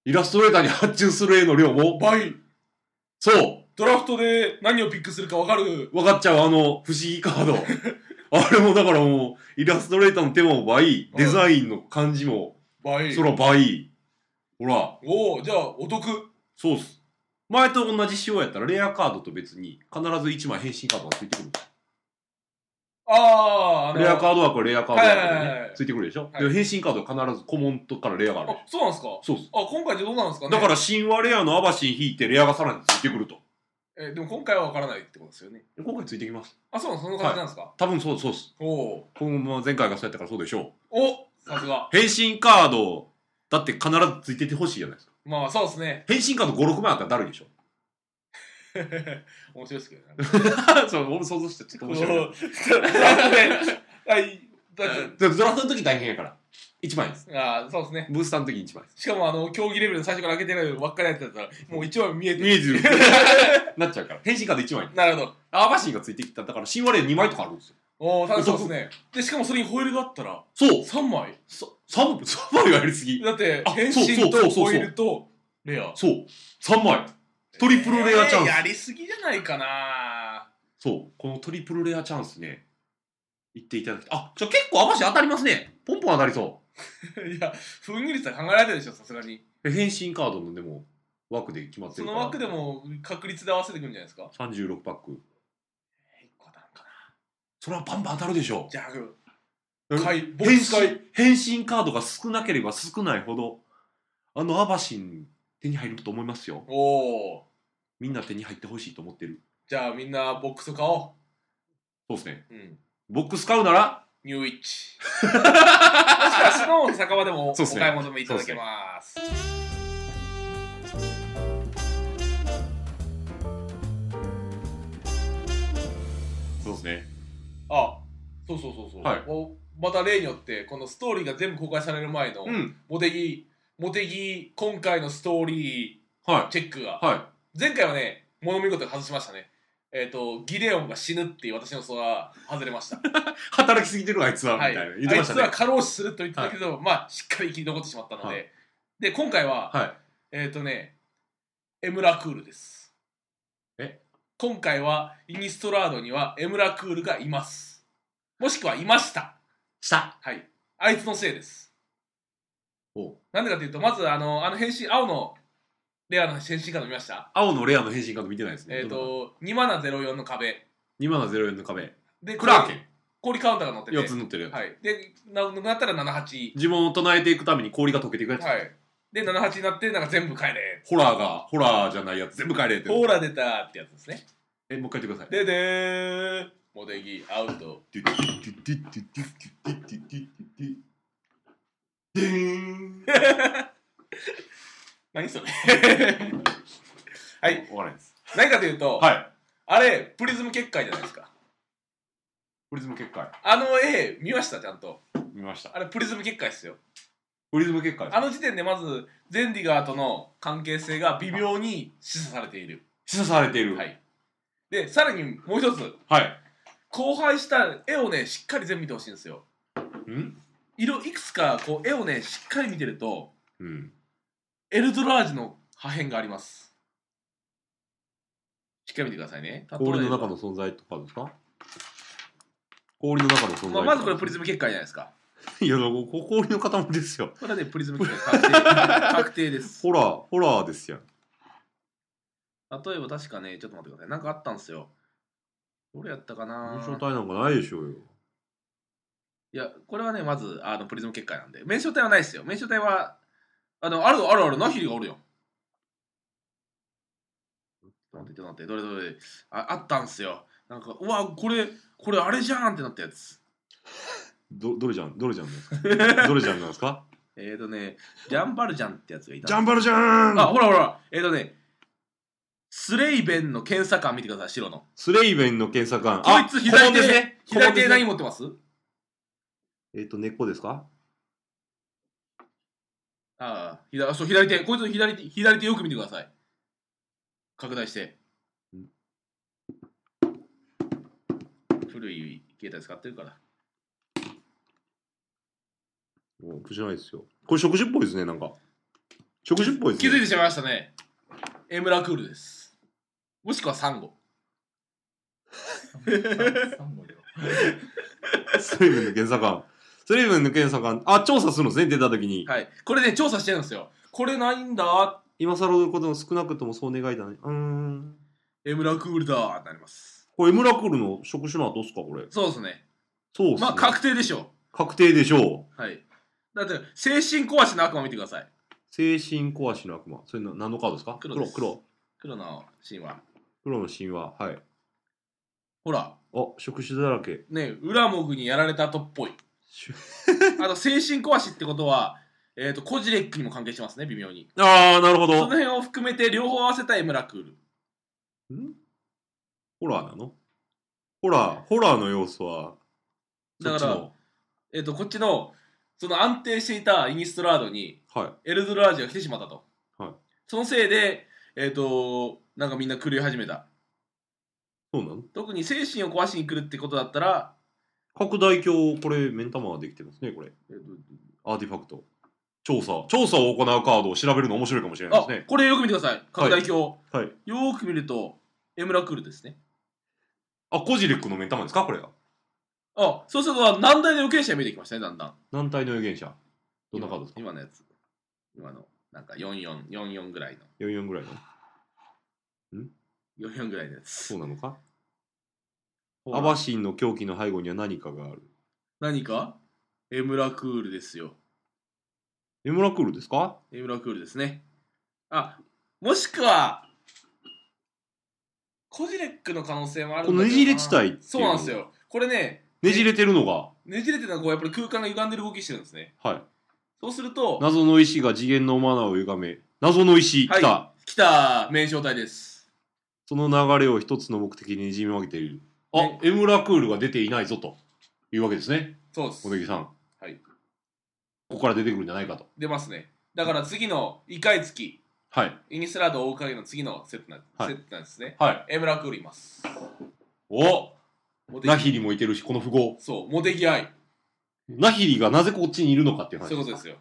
S1: イラストレーターに発注する絵の量も、
S2: 倍
S1: そ
S2: ドラフトで何をピックするか分かる
S1: う。分かっちゃう、あの、不思議カー ド。あれもだからもう、イラストレーターの手間も倍、デザインの感じも、
S2: 倍
S1: そら倍。ほら、
S2: おおじゃあお得
S1: そうっす。前と同じ仕様やったら、レアカードと別に、必ず1枚変身カードがついてくるんですよ
S2: あああの
S1: レアカードはこれレアカードだから
S2: はいはいはい
S1: ね
S2: はい、
S1: ついてくるでしょ。
S2: はい
S1: で変身カードは必ず古文とからレアがあるでし
S2: あそうなんですか
S1: ょ。そうっす。
S2: あ今回じゃどうなんですかね
S1: だから、神話レアのアバシン引いて、レアがさらについてくると。
S2: えでも今回は分からないってことですよね
S1: 今回ついてきます。
S2: あそうなんそんな感じなんですか、
S1: 多分そう、そうっす。
S2: おお
S1: 今後も前回がそうやったからそうでしょう。
S2: おさすが
S1: 変身カード、だって必ずついててほしいじゃないですか。
S2: まあそうですね
S1: 変身カード5、6枚あったらだるいでしょ。
S2: 面白いですけどね
S1: そう、俺想像してちょっと面白い。
S2: い。はい。だっ
S1: でもドラフトの時大変やから。1枚です。
S2: て、ああ、そうですね。
S1: ブースターの時に1枚です。
S2: しかも、あの、競技レベルで最初から開けてないばっかりやってたら、もう一枚見えて
S1: 見えず なっちゃうから。変身カード1枚。
S2: なるほど。
S1: アバシンがついてきた。だから神話レア2枚とかあるんですよ。
S2: おお、楽しそうですね。で、しかもそれにホイールがあったら、
S1: そう
S2: 3枚。
S1: そ !3 枚、3枚はやりすぎ。
S2: だって、
S1: あ
S2: 変
S1: そ
S2: 身
S1: うそう
S2: と
S1: そうそう
S2: ホイールとレア。
S1: そう。3枚。トリプルレアチャンス
S2: えーやりすぎじゃないかな
S1: そう。このトリプルレアチャンスね。言っていただきたい。あ、じゃあ結構アバシン当たりますね。ポンポン当たりそ
S2: いや、ふんぎりさ考えられてるでしょ、さすがに。
S1: う。変身カードのでも枠で決まって
S2: そ
S1: るか
S2: の
S1: ら。
S2: 枠でも確率で合わせてくるんじゃないですか。
S1: 36パック。
S2: 一個なんかな。
S1: それはバンバン当たるでしょ。
S2: じゃあ、
S1: うん
S2: かい、ボ
S1: 変
S2: ックス買い
S1: 身変身カードが少なければ少ないほど、あのアバシン手に入ると思いますよ。
S2: おお。
S1: みんな手に入ってほしいと思ってる。
S2: じゃあ、みんなボックス買お
S1: そうですね。
S2: う。うん。
S1: ボックス買うなら、
S2: ニューイッチ。もしくはスノーの酒場でもお
S1: そうっすね
S2: 買い求めいただけます。
S1: そうですね。
S2: あ、そうそうそうそう。
S1: はい
S2: おまた例によって、このストーリーが全部公開される前の、
S1: うん。
S2: モテギ、モテギ、今回のストーリ
S1: は
S2: ーチェックが、
S1: い。は
S2: 前回はね、物見事に外しましたね。えっ、と、ギレオンが死ぬっていう私の相は外れました。
S1: い。働きすぎ てるあいつは、み
S2: は
S1: た
S2: い。
S1: いな。言って
S2: あい
S1: ま
S2: つ
S1: した
S2: は
S1: ね。
S2: 過労死すると言ってたけど、まあ、しっかり生き残ってしまったので。
S1: はい
S2: で、今回は、
S1: はい。
S2: えっ、とね、エムラクールです。
S1: え
S2: 今回は、イニストラードにはエムラクールがいます。もしくはいました。
S1: した。
S2: はい。あいつのせいです。
S1: お
S2: なんでかというと、まず、あの、あの変身、青のレアの変身カード見ました
S1: 青のレアの変身カード見てないですね。
S2: えっ、。と、2マナ04の壁。
S1: 2万04の壁。
S2: で、
S1: クラーケン。
S2: 氷カウンターが乗ってて
S1: 4つ乗ってるやつ、
S2: はい、でなくなったら78
S1: 呪文を唱えていくために氷が溶けていくやつ、
S2: はいで78になってなんか全部帰れ
S1: ホラーがホラーじゃないやつ全部帰れって
S2: ほら出たってやつですね
S1: えもう一回言ってください
S2: ででーモテギアウト
S1: ディーン
S2: 何それはい
S1: 終わらないです
S2: 何かというと、
S1: はい
S2: あれプリズム結界じゃないですか
S1: プリズム結界
S2: あの絵見ましたちゃんと
S1: 見ました
S2: あれプリズム結界ですよ
S1: プリズム結界
S2: あの時点でまずゼンディガーとの関係性が微妙に示唆されている
S1: 示唆されている
S2: はいでさらにもう一つ
S1: はい
S2: 荒廃した絵をねしっかり全部見てほしいんですよ
S1: うん
S2: 色いくつかこう絵をねしっかり見てると
S1: うん
S2: エルドラージの破片がありますしっかり見てくださいね例えば
S1: 氷の中の存在とかですか氷の中の存在
S2: まあ、まずこれプリズム結界じゃないですか
S1: ムいやここ氷の塊ですよ
S2: これはねプリズム結 界確定確定です
S1: ホラーホラーですよ
S2: 例えば確かねちょっと待ってくださいなんかあったんですよどれやったかな
S1: 文章体なんかないでしょうよ
S2: いや、これはね、まず、あの、プリズム結界なんで。名称体はないですよ。名称体は、あの、あるあるある、ナヒリがおるよ。ちょっと待って、ちょっと待って、どれどれ。ああったんすよ。なんか、うわ、これ、これあれじゃんってなったやつ。
S1: どどれじゃんどれじゃんなんで すかどれじゃんなんですか
S2: えーとね、ジャンバルジャンってやつがいた。
S1: ジャンバルじゃーん
S2: あ、ほらほら、えーとね、スレイベンの検査官見てください、白の。
S1: スレイベンの検査官
S2: こいつ左手、
S1: ですね
S2: 左手何
S1: も
S2: 持ってます
S1: えっ、と根っこですか
S2: ああ、左あそう左手、こいつの左手、左手よく見てください。拡大して
S1: うん。
S2: 古い携帯使ってるから。
S1: もう知らないですよこれ食事っぽいですねなんか食事っぽいです
S2: 気
S1: ね
S2: づいてしまいましたね。エムラクールです。もしくはサンゴ。
S1: スレイベンの検査官スレイベンの検査官あ調査するんですね出た時に、
S2: はい。これね、調査してるんですよ。これないんだ。
S1: 今更のことも少なくともそう願いだねうーん
S2: エムラクールだ。なります。
S1: これエムラクルの職種の後っすかこれ
S2: そうですね。
S1: そうっすね、
S2: まあ、確定でしょ
S1: 確定でしょう
S2: う。はい。だって、精神壊しの悪魔見てください。
S1: 精神壊しの悪魔それな何のカードですか
S2: 黒です
S1: 黒黒
S2: 黒のシーンは。
S1: 黒の神話はい
S2: ほら、
S1: あ職種だら け
S2: ね、裏モグにやられたとっぽい。
S1: しゅ
S2: あと精神壊しってことは、えー、とコジレックにも関係してますね微妙に
S1: ああなるほ
S2: そ
S1: ど
S2: の辺を含めて両方合わせたエムラクール
S1: んホラーなのホラー、ホラーの要素は、
S2: だから
S1: そっ
S2: えー、とこっちのその安定していたイニストラードに
S1: ちのはい。
S2: エルドラージが来てしまったと、
S1: はい
S2: そのせいでえっ、となんかみんな狂い始めた
S1: そうなの
S2: 特に精神を壊しに来るってことだったら、
S1: 拡大鏡、これ、目ん玉ができてますね、これ。
S2: えーと
S1: アーティファクト。調査。調査を行うカードを調べるの面白いかもしれない
S2: あ
S1: ですね。
S2: これよく見てください拡大鏡、
S1: はい。
S2: よーく見るとエムラクールですね
S1: あ、コジレックの目ん玉ですかこれが。
S2: あそうすると難題の予見者が見えてきましたねだんだん
S1: 軟体の予言者。どんなカードですか
S2: 今今のやつ今のなんか4444ぐらい
S1: ?44 ぐらいの。
S2: の44ぐらいのや
S1: そ
S2: つ
S1: うなのか
S2: ほら
S1: アバシンの狂気の背後には何かがある。
S2: 何かエムラクールですよ
S1: エムラクールですか
S2: エムラクールですねあもしくはコジレックの可能性もあるんだ
S1: このね
S2: けどな
S1: じれ地帯っていう
S2: そうなんですよこれね
S1: ねじれてるのが。
S2: ねじれてるのはこうやっぱり空間が歪んでる動きしてるんですね
S1: はい。
S2: そうすると
S1: 謎の石が次元のマナーを歪め、謎の石、
S2: はい
S1: 来た。
S2: 来た名称体です
S1: その流れを一つの目的にじみ分けている。あ、
S2: ね
S1: エムラクールが出ていないぞというわけですね、
S2: そうです
S1: 小出さん。
S2: はい
S1: ここから出てくるんじゃないかと。
S2: 出ますねだから次の異界月
S1: はい。
S2: イニスラード大影の次のセットな,、
S1: はい
S2: セットなんですね
S1: はい。
S2: エムラクールいます。
S1: お
S2: モテギ
S1: ナヒリもいてるし、この富豪。
S2: そう、モテギアイ。
S1: ナヒリがなぜこっちにいるのかっていう話。
S2: そういうことですよ。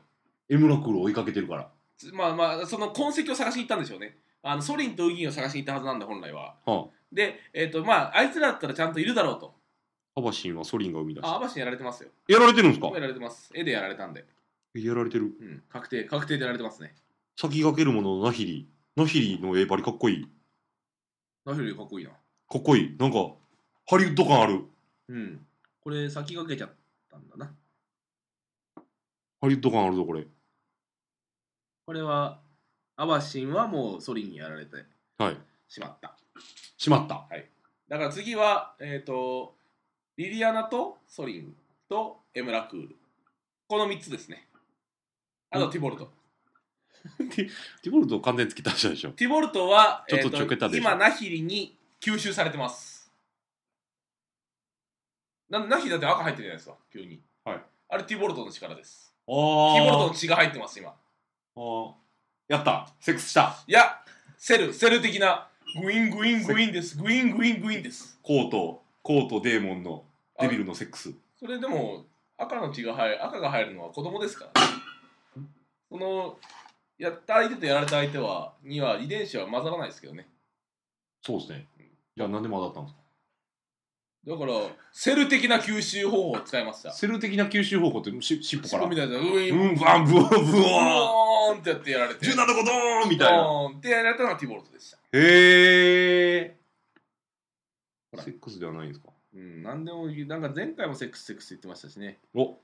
S1: エムラクールを追いかけてるから。
S2: つまあまあ、その痕跡を探しに行ったんでしょうね。あのソリンとウギンを探しに行ったはずなんだ、本来は。
S1: は
S2: で、えっ、と、まあ、あいつらだったらちゃんといるだろうと。
S1: あ、アバシンはソリンが生み出し
S2: あ、
S1: た。
S2: アバシンやられてますよ。
S1: やられてるんですか
S2: もうやられてます。絵でやられたんで。
S1: えやられてる。
S2: うん、確定、確定でやられてますね。
S1: 先駆けるもののナヒリ。ナヒリの絵バリかっこいい。
S2: ナフィルよりかっこいいな。
S1: かっこいい。なんか、ハリウッド感ある。
S2: うん。これ先駆けちゃったんだな。
S1: ハリウッド感あるぞ、これ。
S2: これは、アバシンはもうソリにやられて
S1: はい。
S2: しまった。
S1: しまった。
S2: だから次は、えっ、と、リリアナとソリンとエムラクール。この3つですね。あとティボルト。
S1: ティボルト完全に突き出したでしょ。
S2: ティボルトは、
S1: ちょっと
S2: えー
S1: ちょけたでしょ
S2: 今、ナヒリに吸収されてます。なナヒリだって赤入ってるじゃないですか、急に。
S1: はい。
S2: あれ、ティボルトの力です。テ
S1: あ
S2: ィボルトの血が入ってます、今。
S1: ト。やった。セックスした。
S2: いや、セル、セル的な、グイングイングインです、グイングイングインです。
S1: コート、コートデーモンのデビルのセックス。
S2: それでも、赤の血が入る、赤が入るのは子供ですからね。その、やった相手とやられた相手は、には遺伝子は混ざらないですけどね。
S1: そうですね。じゃあなんで混ざったんです
S2: だから、セル的な吸収方法を使いました
S1: か。セル的な吸収方法ってし尻尾
S2: 仕
S1: から。
S2: 込み
S1: う
S2: たいな、ウイン
S1: ん、ブワン、ブワン、ブ
S2: ブ
S1: ワン。
S2: ーンってやってやられて。
S1: 17個ドーンみ
S2: ド
S1: たいな。
S2: ーンってやられたのがティボルトでした。
S1: へえ。
S2: ほら
S1: セックスではないんですか
S2: うん、なんでもいい。なんか前回もセックスセックス言ってましたしね。
S1: お、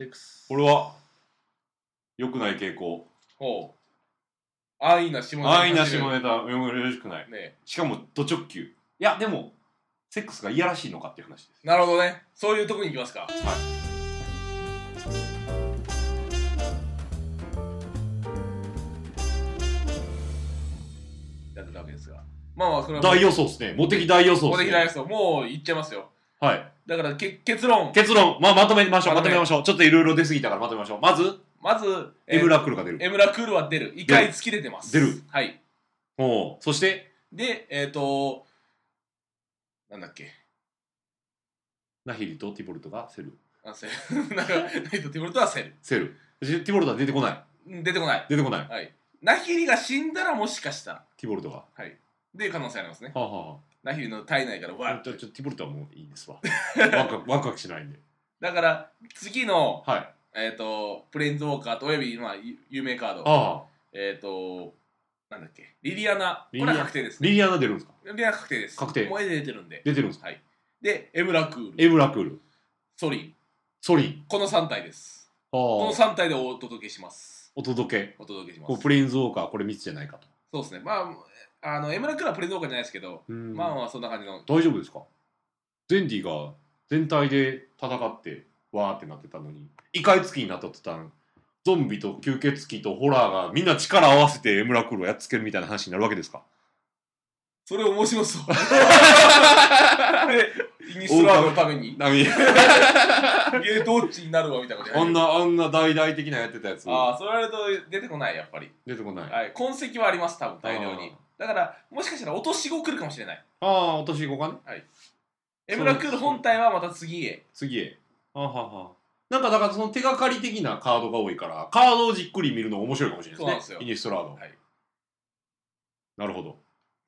S2: セックス。
S1: これは、良くない傾向。
S2: ほう。安易な下ネタ
S1: 安易な下ネタ、よろしくない。
S2: ね
S1: しかも、ド直球。いや、でも、セックスがいやらしいのかっていう話です。
S2: なるほどね。そういうとこに行きますか。やってたわけですが。まあまあ、それはもう
S1: 大予想ですね。モテキ大予想
S2: ここ
S1: で
S2: ですきない
S1: ね。
S2: ですよ。もう行っちゃいますよ。
S1: はい。
S2: だからけ結論。
S1: 結論、まあ、まとめましょう。
S2: ま
S1: まと
S2: とめ
S1: めましょう。ちょっといろいろ出過ぎたからまとめましょう。まず、
S2: まず、
S1: エムラクルが出る。
S2: エムラクールは出る。一回突き出てます。
S1: 出る。
S2: はい。
S1: おうそして、
S2: で、えっ、と、なんだっけ。
S1: ナヒリとティボルトがセル。
S2: あ、セル。 なんか、ナイト・ティボルトはセル。
S1: セル。そしてティボルトは出てこない。
S2: うん出てこない。
S1: 出てこない。
S2: はい。ナヒリが死んだらもしかしたら。
S1: ティボルトが。は
S2: で、可能性ありますね。
S1: あ、は
S2: ナヒリの体内から
S1: あ、は
S2: わ
S1: あ。
S2: ー
S1: ち
S2: っ
S1: ょ
S2: と。
S1: ちょティボルトはもういい ですわ。ワクワクワクワクしないんで。
S2: だから、次の、
S1: はい。
S2: えっ、と、プレーンズウォーカーとおよび、まあ、ゆ有名カード。
S1: ああ。
S2: えっ、と、なんだっけ。リリアナ。こ
S1: リ
S2: れ
S1: リア
S2: は確定ですね。
S1: リリアナ出るんですか
S2: リリアナ確定です。
S1: 確定
S2: もう絵で出てるんで。
S1: 出てるんですか
S2: で、エムラクール。
S1: エムラクール。
S2: ソリン。
S1: ソリン。
S2: この3体です。
S1: ああ。
S2: この3体でお届けします。
S1: お届け。
S2: お届けしま
S1: こう
S2: す
S1: プ。レインズウォーカー、これ3つじゃないかと。
S2: そうですね。まあ、あの、エムラクラはプレイ動画じゃないですけど、
S1: うん
S2: まあまあそんな感じの。
S1: 大丈夫ですかゼンディが全体で戦ってわーってなってたのに異界付きになった途端ゾンビと吸血鬼とホラーがみんな力合わせてエムラクールをやっつけるみたいな話になるわけです か
S2: それ面 白そう。で、イニスラーのために、
S1: なみに
S2: ゲートウォッチになるわみたいなこと
S1: あんなあんな大々的なやってたやつ
S2: ああ、それやると出てこない、やっぱり。
S1: 出てこない、
S2: はい、痕跡はあります、多分大量に
S1: あ。
S2: だから、もしかしたら落とし子来るかもしれない。
S1: ああ落とし子かね
S2: エムラクール本体はまた次へ。
S1: 次へあははなんかだからその手がかり的なカードが多いからカードをじっくり見るの面白いかもしれ
S2: そう
S1: な
S2: な
S1: で
S2: いんですす
S1: ね
S2: よ
S1: イニストラード、
S2: はい
S1: なるほど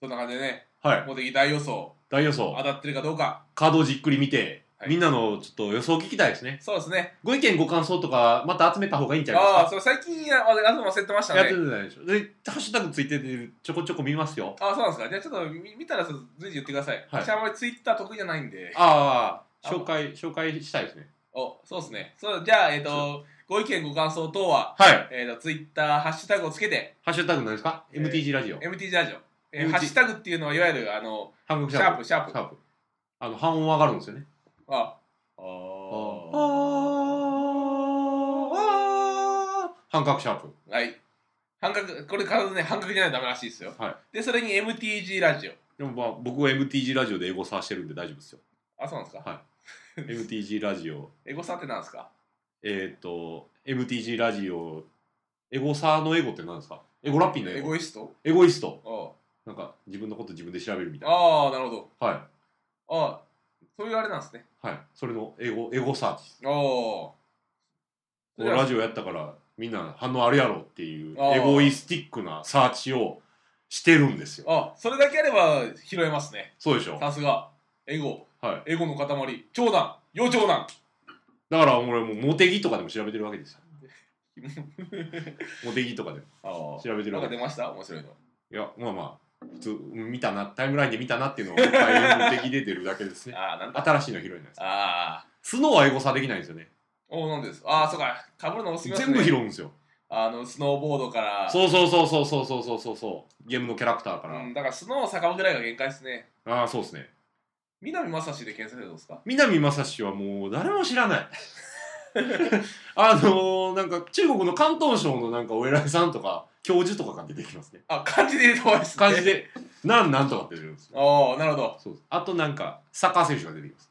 S2: そんな感じでね、
S1: はい
S2: モテキ大予想、
S1: 大予想
S2: 当たってるかどうか。
S1: カードをじっくり見て、
S2: はい
S1: みんなのちょっと予想聞きたいですね。
S2: そうですね。
S1: ご意見、ご感想とか、また集めた方がいいんじゃない
S2: ああ、
S1: で
S2: それ最近や、あの忘れてまし
S1: す
S2: た
S1: か。やって
S2: ね。
S1: るんじゃないでしょう。で、ハッシュタグついてて、ちょこちょこ見ますよ。
S2: ああ、そうなんですか。じゃあちょっと見見たら随時言ってください。
S1: はい
S2: 私あんまりツイッター得意じゃないんで。
S1: ああ、
S2: あ
S1: 紹介、紹介したいですね。
S2: お、そうですね。そうじゃあ、えっ、と、ご意見、ご感想等は、
S1: はい。
S2: えっ、と、ツイッター、ハッシュタグをつけて、
S1: ハッシュタグなんですか、
S2: えー
S1: ?MTG ラジオ。
S2: MT ジャージオ。えー
S1: MT
S2: ハッシュタグっていうのは、いわゆる、あの、
S1: 韓国
S2: シ
S1: シ
S2: ャ
S1: ャ
S2: ー
S1: ープ。
S2: プ、シャープ。
S1: シャープ。あの、半音上がるんですよね。
S2: あ、あ
S1: あー
S2: ー
S1: あー半角シャープ。
S2: はい。半角、これ必ずね、半角じゃないとダメらしいですよ。
S1: は
S2: で、それに MTG ラジオ。
S1: でもまあ、僕は MTG ラジオでエゴサーしてるんで大丈夫ですよ。
S2: あ、そうなんですか。
S1: MTG ラジオ。
S2: エゴサってなんですか
S1: えっ、と、MTG ラジオ、エゴサーのエゴって何ですかエゴラッピーのエ
S2: エ
S1: ゴ
S2: ゴイスト
S1: エゴイスト。
S2: あ
S1: なんか、自分のこと自分で調べるみたい
S2: あー、なるほ
S1: な。は
S2: ど。ああ、そういうあれなんですね。
S1: い。はい。それのエゴ、エゴサーチ。
S2: ああ。そ
S1: こう
S2: れは
S1: ラジオやったから、みんな反応あるやろっていう、
S2: あー
S1: エゴイスティックなサーチをしてるんですよ。
S2: あ、それだけあれば拾えますね。
S1: そうでしょはい。
S2: さすが。エゴ。
S1: だか
S2: エゴの塊、長男、幼長男。
S1: ら、俺もう、モテギとかでも調べてるわけ ですよ。モテギとかでも
S2: ああ
S1: 調べてる
S2: なん
S1: わ
S2: か
S1: け
S2: 出ました面白いの。
S1: いや、まあまあ、普通見たなタイムラインで見たなっていうのをタイム的で出るだけですね
S2: ああ、なんだ。
S1: 新しいの拾えないです
S2: ああ。
S1: スノーはエゴサできないんですよね
S2: おなんです。ああ、そうか。かぶるの多すぎます
S1: 全
S2: ね。
S1: 部拾うんですよ
S2: あの、スノーボードから。
S1: そうそうそうそうそうそうそうそうゲームのキャラクターから、
S2: うん、だからスノー坂本ぐらいが限界ですね。
S1: ああそうですね
S2: 南正史で検索でどうですか
S1: 南正史はもう誰も知らない あのー、なんか中国の広東省のなんかお偉いさんとか教授とかが出てきますね
S2: あ、漢字で入れた方がいいですね。
S1: 感じ。で「なんなん」とかって出るんですよ
S2: ああ、なるほど。
S1: そうですあとなんかサッカー選手が出てきます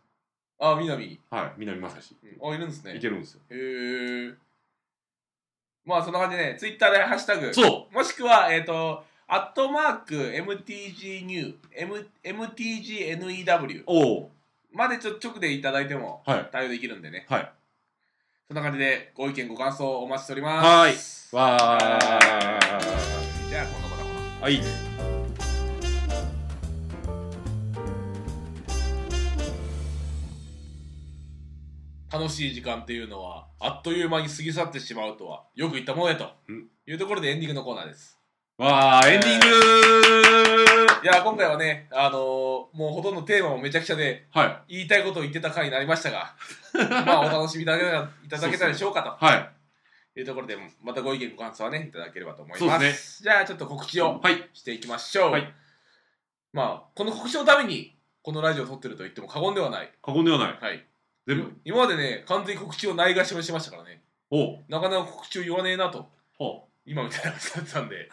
S2: ああ、南。
S1: はい南正史
S2: うんあ、いるんですね。
S1: いけるんですよ
S2: へえ。まあ、そんな感じでね、ツイッターでハッシュタグ。
S1: そう
S2: もしくは、えっ、と、アットマーク MTG ニュー、M、MTGNEW
S1: おお
S2: までちょ直でいただいても
S1: はい
S2: 対応できるんでね。
S1: はい
S2: そんな感じでご意見ご感想お待ちしております。
S1: はいわ
S2: じゃあ、こんなことかな。
S1: ーあいいね
S2: 楽しい時間っていうのはあっという間に過ぎ去ってしまうとはよく言ったものやと
S1: うん
S2: いうところでエンディングのコーナーです
S1: わあエンディング
S2: いや今回はねあのーもうほとんどテーマもめちゃくちゃで
S1: はい
S2: 言いたいことを言ってた回になりまし たがまあお楽しみいただけたいただけたでしょうか
S1: はい
S2: というところでまたご意見ご感想はねいただければと思い
S1: そう
S2: ま
S1: です
S2: じゃあちょっと告知を
S1: はい
S2: していきましょう、
S1: はい
S2: まあこの告知のためにこのラジオを撮ってると言っても過言ではない、
S1: 過言ではない
S2: はい、
S1: 全部
S2: 今までね完全に告知をないがしろにしましたからね
S1: おう
S2: なかなか告知を言わねえなと
S1: ほ
S2: 今みたいな感じだったんで。
S1: う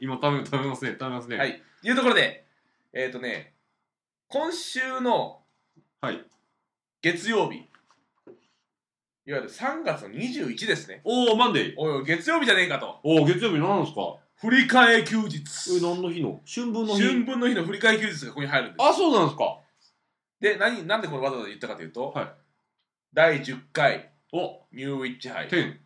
S1: 今食べ食べますね食べますね
S2: はい。いうところで、えっ、とね、今週の
S1: はい
S2: 月曜日、いわゆる3月の21ですね。
S1: おおマンデー
S2: おいおい、月曜日じゃねえかと。
S1: おお月曜日何なんですか
S2: 振り替え休日。
S1: え何の日の春分の日
S2: 春分の日の振り替え休日がここに入るんです。
S1: あそうなんですか
S2: で、何、なんでこれわざわざ言ったかというと、
S1: はい
S2: 第10回
S1: お
S2: ニューウィッチ杯
S1: 天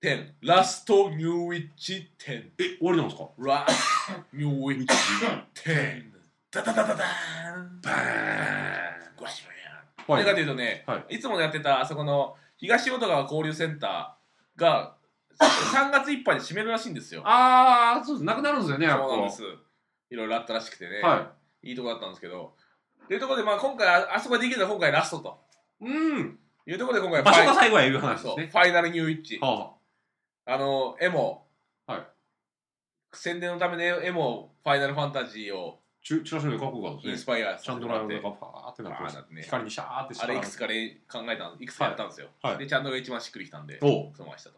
S2: 10、ラストニューウィッチ10、
S1: え終わりなんですか
S2: ラストニューウィッチ10、ダダダダダーン、
S1: バーン
S2: ゴシゴシ
S1: は
S2: 何かと
S1: い
S2: いうとね、、
S1: はい
S2: つもやってたあそこの東淀川交流センタ ーが3月いっぱいで閉めるらしいんですよ。
S1: ああそうですなくなるんですよね
S2: そ
S1: あ
S2: うなんで
S1: こ
S2: す。いろいろあったらしくてね、、
S1: はい
S2: いとこだったんですけど。というところで、まあ、今回あ、あそこができるのは今回ラストと
S1: いうん
S2: いうところで、今回
S1: 場所が
S2: ファイ
S1: 最後はいう話で
S2: そう
S1: す
S2: フ
S1: ね
S2: ァイナルニューイッチ。
S1: はあはあ
S2: あの、エモ、
S1: はい
S2: 宣伝のためでエモ、ファイナルファンタジーを
S1: チチラシの書くが
S2: イ
S1: で
S2: ン
S1: す
S2: ス
S1: ね
S2: パイア
S1: ちゃんと
S2: もら
S1: ラ
S2: っ
S1: イブ
S2: て
S1: がパーってなってま
S2: パー
S1: す
S2: ってね
S1: 光にシャーって
S2: あれいくつ
S1: か
S2: かれ考えたんいくつかやったんですよ。
S1: はい
S2: で、ちゃんとが一番しっくりきたんで。
S1: おう
S2: そのまましたと。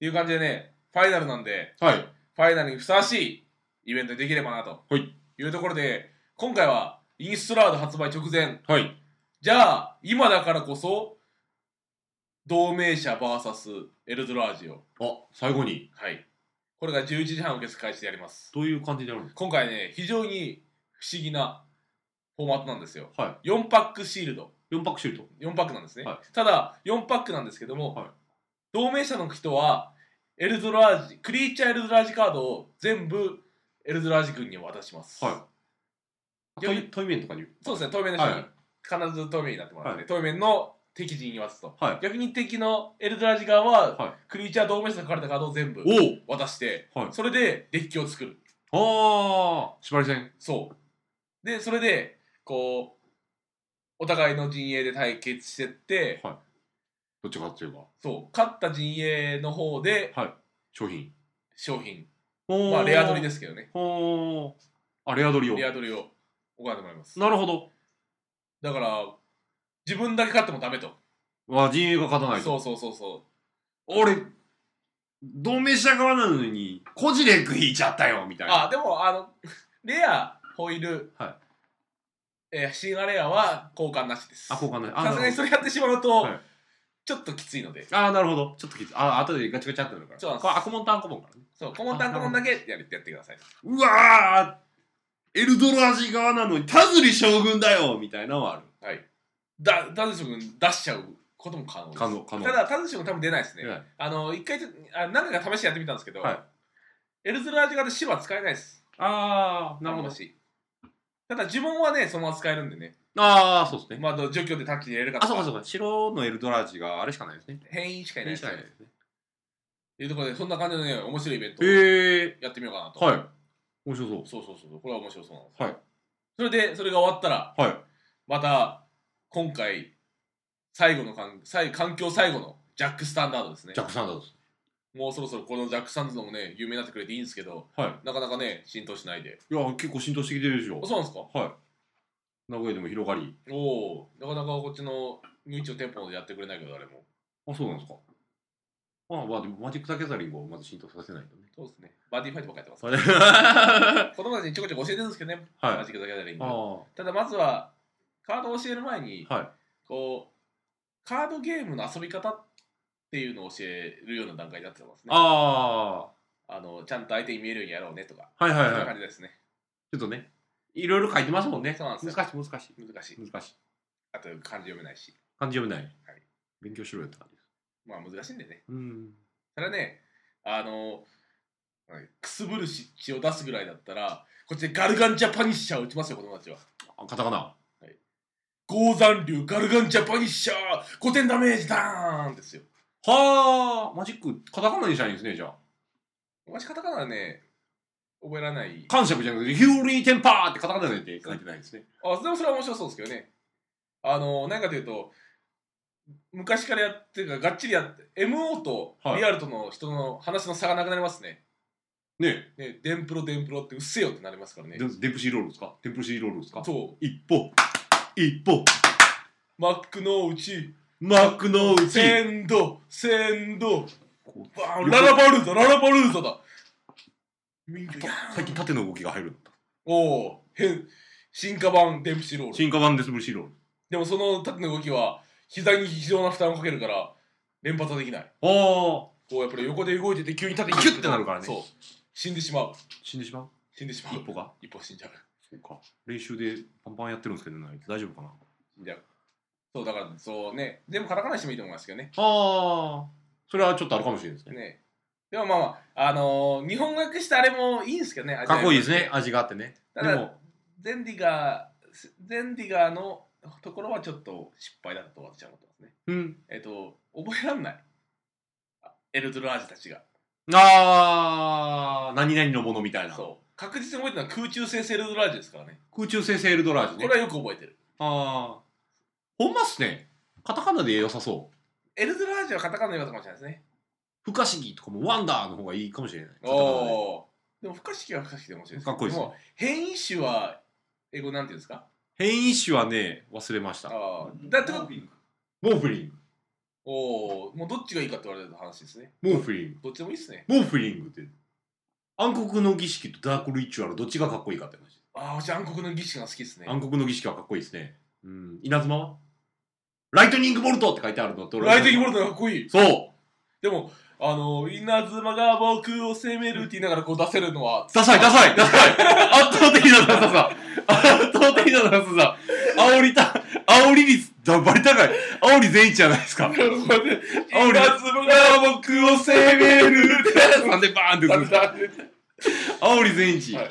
S2: いう感じでね、ファイナルなんで、
S1: はい
S2: ファイナルにふさわしいイベントにできればなと、、
S1: はい
S2: うところで、今回はインストラード発売直前、
S1: はい
S2: じゃあ、今だからこそ、同盟者 VS エルドラージオ。
S1: あ最後に
S2: はい。これが11時半受付開始でやります。
S1: どういう感じでやるんです
S2: 今回ね、非常に不思議なフォーマットなんですよ。
S1: かは
S2: 4パックシールド。
S1: い4パックシュート
S2: 4パックなんですね、
S1: は
S2: ただ4パックなんですけども、
S1: はい
S2: 同盟者の人はエルドラージクリーチャーエルドラージカードを全部エルドラージ軍に渡します、
S1: はいトイトイメンとかに
S2: そうですね透明の人に、
S1: はい
S2: 必ず透明になってもらって、
S1: は
S2: 透明の敵陣に渡すと、
S1: はい
S2: 逆に敵のエルドラージ側は、
S1: はい
S2: クリーチャー同盟者の書かれたカードを全部
S1: お
S2: 渡して、
S1: はい
S2: それでデッキを作る
S1: おああ縛り線
S2: そうでそれでこうお互いの陣営で対決してって、
S1: どっちかっていうか
S2: そう勝った陣営の方で
S1: 商品
S2: 商品、
S1: お
S2: まあ、レア取りですすけどね
S1: ほーあレア取りを
S2: レア取りをお金でもらいます
S1: なるほど
S2: だから自分だけ勝ってもダメと、
S1: わ陣営が勝たないと
S2: そうそうそうそ
S1: 俺同盟者側なのにコジレック引いちゃったよみた
S2: う
S1: いな
S2: あでもあのレアホイール、
S1: はい
S2: えーシンガレアは交換なしです
S1: あ
S2: さす
S1: 交換ないあなるほ
S2: がに
S1: ど
S2: それやってしまうと、
S1: はい
S2: ちょっときついので
S1: あーなるほどちょっときついあ後でガチャガチャってなるから
S2: そうなんです
S1: これアコモンとアンコモンからね
S2: そうコモンタンコモンだけやるってやってくださいう
S1: わーエルドラージ側なのに田釣将軍だよみたいなのはある
S2: はいだダズショ君出しちゃうことも可能です
S1: 可能可能
S2: ただダズショ君多分出ないですね、
S1: 出ない
S2: あの一回ちょあ何回か試してやってみたんですけど、
S1: はい
S2: エルズラージ側で白は使えないです
S1: ああなるほ
S2: あん
S1: ど
S2: まし。ただ呪文はね、そのまま使えるんでね。
S1: ああそうですね
S2: まあ、ど除去でタッチでやれるか
S1: あ
S2: と
S1: そう
S2: か
S1: かそうか白のエルドラージがあれしかないですね
S2: 変異しかいな
S1: 変
S2: いで
S1: し
S2: す
S1: か
S2: ね
S1: ないですね
S2: というところで、そんな感じのね、面白いイベントを
S1: へえ
S2: やってみようかなと。
S1: はい面白そう
S2: そうそうそうそうこれは面白そうなんです
S1: はい
S2: それでそれが終わったら
S1: はい
S2: また今回最後の環最環境最後のジャック・スタンダードですね
S1: ジャック・サンダーズ
S2: もうそろそろこのジャック・スタンダードもね有名になってくれていいんですけど
S1: は
S2: なかなかね浸透しないで
S1: いいや結構浸透してきてるでしょ
S2: あそうなんですか
S1: はい名古屋でも広がり
S2: おおなかなかこっちのニューイチの店舗でやってくれないけど誰も
S1: あそうなんですかあまあでもマジック・ザ・ギャザリングをまず浸透させないとね
S2: そうですねバディファイトばっかやってます
S1: それは
S2: 子供たちにちょこちょこ教えてるんですけどね、
S1: いあ
S2: マジックだけだり
S1: あは
S2: ただまずはカードを教える前に
S1: いあ
S2: こうカードゲームの遊び方っていうのを教えるような段階になってますね
S1: あ
S2: あのちゃんと相手に見えるようにやろうねとか
S1: はいは
S2: そ
S1: い
S2: ん
S1: は
S2: ない感じですね
S1: ちょっとね、いろいろ書いてますもんね。
S2: そうなんですよ
S1: 難しい、難しい。
S2: 難しい
S1: 難しい。
S2: あと漢字読めないし
S1: 漢字読めない。
S2: はい
S1: 勉強しろよって感じです。
S2: まあ難しいんでね
S1: うん。
S2: それはねあのくすぶる湿地を出すぐらいだったらこっちでガルガンジャパニッシャーを打ちますよ子供たちは
S1: あ、カタカナ。
S2: 高山流ガルガンジャパニッシャー5点ダメージダーンですよ
S1: はあ、マジック、カタカナにしたらいいんですね、じゃあ。
S2: 私カタカナはね覚えられない
S1: 感謝じゃなくて、ヒューリーテンパーってカタカナで書いてないんですね。
S2: あでもそれは面白そうですけどねあの何かというと昔からやってるからがっちりやって MO と
S1: はい
S2: リアルとの人の話の差がなくなりますね、
S1: ね
S2: ねデンプロデンプロってうっせえよってなりますからね
S1: え、でデンプシーロールですかテンプシーロールですか
S2: そ
S1: 一歩、一歩、
S2: うマックのうち
S1: 幕の内。
S2: センドセンド
S1: こう
S2: バー
S1: 横
S2: ララバルーザララバルーザだミンギャー
S1: 最近縦の動きが入るんだった。
S2: おお変進化版デンプシーロール
S1: 進化版デスブルシーロール。
S2: でもその縦の動きは膝に非常な負担をかけるから連発はできない
S1: ああ、
S2: こうやっぱり横で動いてて急に縦に
S1: キュッてなるからね
S2: そう死んでしまう
S1: 死んでしまう
S2: 死んでしま
S1: 一
S2: う
S1: 歩が。
S2: 一歩死んじゃう
S1: そうか。練習でパンパンやってるんですけどね、あいつ大丈夫かな
S2: 死んじゃうそうだからそうね全部カタカナにしてもいいと思いますけどね
S1: ああ、それはちょっとあるかもしれないですね。
S2: ねでもまあまああのー日本語訳してあれもいいんですけどね
S1: かっこいいですね、味があってね。
S2: た
S1: で
S2: だ
S1: も、
S2: ゼンディガーゼンディガーのところはちょっと失敗だったと私は思ってますね
S1: うん。
S2: えっ、と覚えらんないあエルドラージたちが
S1: あー、何々のものみたいな。
S2: そう確実に覚えてるのは空中生成エルドラージですからね
S1: 空中生成エルドラージ
S2: これ
S1: ね
S2: は。よく覚えてる
S1: あー。ほんまっすね。カタカナで良さそう。
S2: エルドラージはカタカナの言い方かもしれないですね
S1: 不可思議とかもワンダーの方がいいかもしれない。カタカナで
S2: おでも不可思議は不可思議で面白いです
S1: かっこいいですね
S2: も変異種は英語なんていうんですか
S1: 変異種はね、忘れました。
S2: ああだってこと
S1: モーフリン
S2: おおもうどっちがいいかって言われる話ですね
S1: グ。モーフリン
S2: どっちでもいいっすね
S1: グ。モーフリングって。暗黒の儀式とダークリチュアルどっちがかっこいいかって話。
S2: ああ私暗黒の儀式が好きですね
S1: 暗黒の儀式はかっこいいですね。うん。稲妻はライトニングボルトって書いてあるのと
S2: ライティングボルトがかっこいい
S1: ト。そう
S2: でもあの稲妻が僕を責めるって言いながらこう出せるのは
S1: ダサい、ダサい、ダサい。圧倒的なダサさ。圧倒的なダサさ。煽りた、煽り率、だバリ高い。煽り善一じゃないです か。
S2: こうやって
S1: あ俺
S2: 稲妻が僕を責めるって
S1: なんでバーンって
S2: な
S1: く
S2: ん
S1: る。
S2: か
S1: 煽り善一。
S2: はい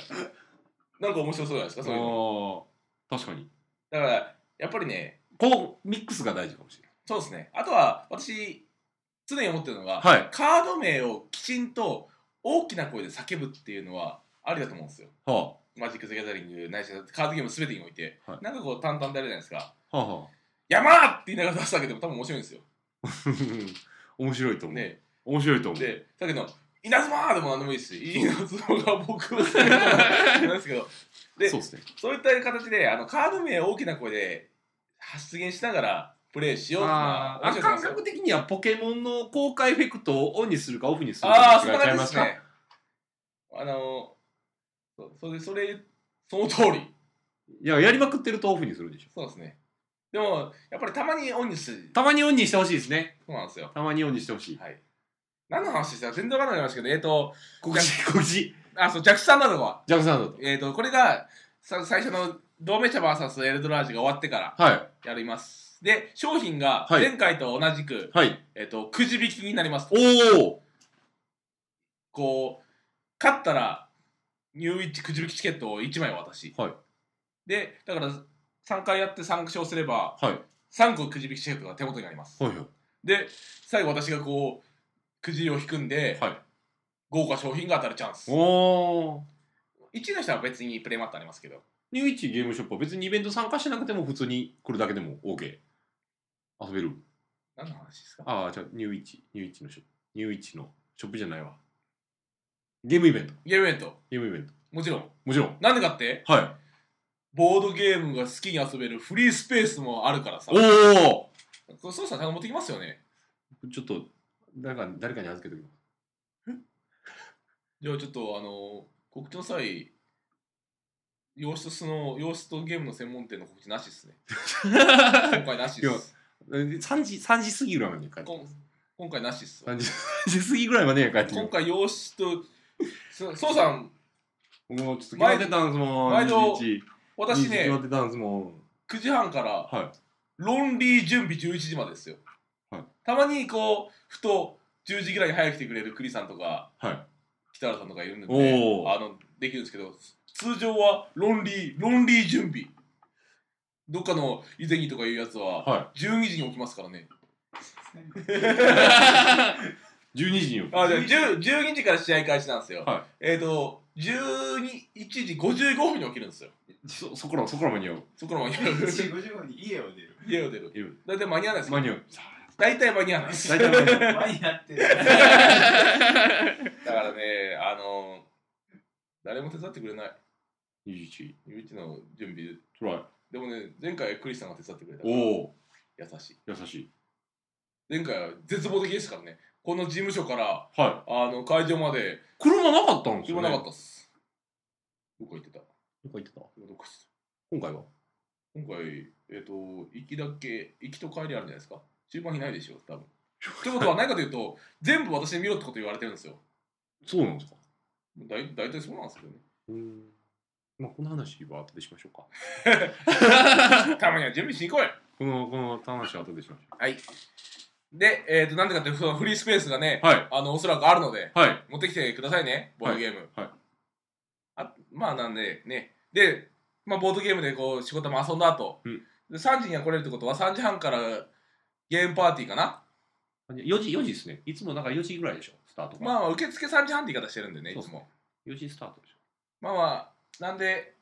S2: 面白そうじゃないですかそういうの
S1: ああ、確かに。
S2: だからやっぱりね
S1: こう、ミックスが大事かもしれ
S2: そうですねあとは私常に思ってるのが、
S1: ない。はい。
S2: カード名をきちんと大きな声で叫ぶっていうのはありだと思うんですよ。
S1: は
S2: マジック・ザ・ギャザリング、ないしはカードゲーム全てにおいて、
S1: はい
S2: なんかこう淡々であるじゃないですか。
S1: あ、はあ、 はあ。
S2: 山って言いながら出すだけでも多分面白いんですよ。
S1: 面白いと思う。
S2: ね、
S1: 面白いと思う。
S2: で、だけど、稲妻でも何でもいいですし、稲妻が僕を責めるのもなんですけど、で
S1: そうですね。
S2: そういった形であのカード名を大きな声で発言しながらプレイしようっていうの
S1: あ
S2: は
S1: あ、
S2: 面白いと思
S1: 感
S2: うんですよ
S1: 覚的にはポケモンの公開エフェクトをオンにするかオフにする
S2: あ
S1: か
S2: あ、そん
S1: の
S2: な
S1: 違いちゃ
S2: 感
S1: い
S2: じで
S1: ますすか
S2: ね。あの、そそれ、それ、その通り。
S1: いや、やりまくってるとオフにするでしょ。
S2: そうですね。でも、やっぱりたまにオンにする。
S1: たまにオンにしてほしいですね。
S2: そうなんですよ。
S1: たまにオンにしてほ しい。
S2: はい。何の話してたか全然わかんないですけど、えっ、と、
S1: 告知、告知。
S2: あ、そう、ジャックさんなどは、
S1: ジャクさんだと。
S2: えっ、と、これが、さ最初の、同盟者 VS エルドラージが終わってから
S1: はい。
S2: やります。で、商品が
S1: はい
S2: 前回と同じく、
S1: はい。
S2: えっ、と、くじ引きになります。
S1: おお
S2: こう、勝ったら、ニューイッチくじ引きチケットを1枚渡し。
S1: はい
S2: で、だから、3回やって3勝すれば、
S1: はい。
S2: 3個くじ引きチケットが手元にあります。
S1: はいは
S2: で、最後私がこう、くじを引くんで
S1: い。、はい。
S2: 豪華賞品が当たるチャンス。
S1: おお
S2: 1位の人は別にプレイマットありますけど。
S1: ニューイチゲームショップは別にイベント参加しなくても普通に来るだけでも OK。遊べる
S2: 何の話ですか
S1: ああ、じゃあニューイチ、ニューイチのショップ。ニューイチのショップじゃないわ。ゲームイベント。
S2: ゲームイベント。
S1: ゲームイベント。
S2: もちろん。
S1: もちろん。
S2: なんでかって
S1: はい。
S2: ボードゲームが好きに遊べるフリースペースもあるからさ。
S1: お
S2: そうしたら持ってきますよね。
S1: おちょっと、誰か誰かに預けてきます。
S2: じゃあちょっとあの、告知の際、洋室その、洋室とゲームの専門店の告知な しですね。今回なしです。
S1: 3時、3時過ぎぐらいまでに帰って
S2: こん今回なしです。
S1: 3時3時過ぎぐらいまでに帰ってき
S2: 今
S1: ます
S2: 回洋室と、そそうさん、
S1: 僕もちょっと決まってたんですもん。
S2: 毎度
S1: 21
S2: 私
S1: 決ま
S2: ね
S1: っ、てたんですもん。
S2: 9時半から、
S1: は
S2: ロンリー準備11時までですよ、
S1: はい
S2: たまにこうふと10時ぐらいに早く来てくれる栗さんとか
S1: い。はい。
S2: 北原さんとかいるんで
S1: おー
S2: あのできるんですけど通常はロンリーロンリー準備どっかの以前にとかいうやつは
S1: は
S2: 12時に起きますからね
S1: い。12時によ。
S2: あじゃあ10 12時から試合開始なんですよ、
S1: はい
S2: えっ、と12 1時55分に起きるんですよ
S1: そ、そこら、そこら間に合う。
S2: そこら間に合
S3: 1時
S2: う
S3: 55分に家を出る。
S2: 家を出る
S1: いる
S2: 大体間に合わないです
S1: 間に合う。
S2: 大体間に合わない
S1: 大体間に合う。
S3: 前になってる。
S2: だからね、あの誰も手伝ってくれない、
S1: 21
S2: ゆういちの準備。
S1: トライ
S2: でもね、前回クリスさんが手伝ってくれたから、優
S1: おお
S2: しい。
S1: 優しい
S2: 前回は絶望的でしたからね、この事務所から
S1: はい
S2: あの会場まで、
S1: 車なかったんですよ、
S2: 車
S1: ね、
S2: なかったっす。どこ行ってた
S1: どこ行ってた
S2: どこ行ってた
S1: 今回は
S2: 今回、えっ、と、行きだけ、行きと帰りあるんじゃないですか中盤にないでしょ、多分。ということは、何かというと、全部私に見ろってこと言われてるんですよ。
S1: そうなんですか
S2: だい大体そうなんですけどね。
S1: うーんまあこの話は後でしましょうか
S2: たまには準備しに行こうよ
S1: このこの話は後でしましょ
S2: はい。で、えっ、と、なんでかって、そのフリースペースがね、
S1: うはい
S2: あの、おそらくあるので、
S1: はい
S2: 持ってきてくださいね、ボードゲーム。
S1: はいはい
S2: あまあ、なんで、ね。で、まあ、ボードゲームでこう、仕事も遊んだ後、
S1: うん
S2: で3時には来れるってことは、3時半からゲームパーティーかな。
S1: 4時4時ですねいつもなんか4時ぐらいでしょスタートが、
S2: まあまあ、受付3時半って言い方してるんでね、い
S1: そう
S2: つも。
S1: 4時スタートでしょ
S2: まあまあ、なんで、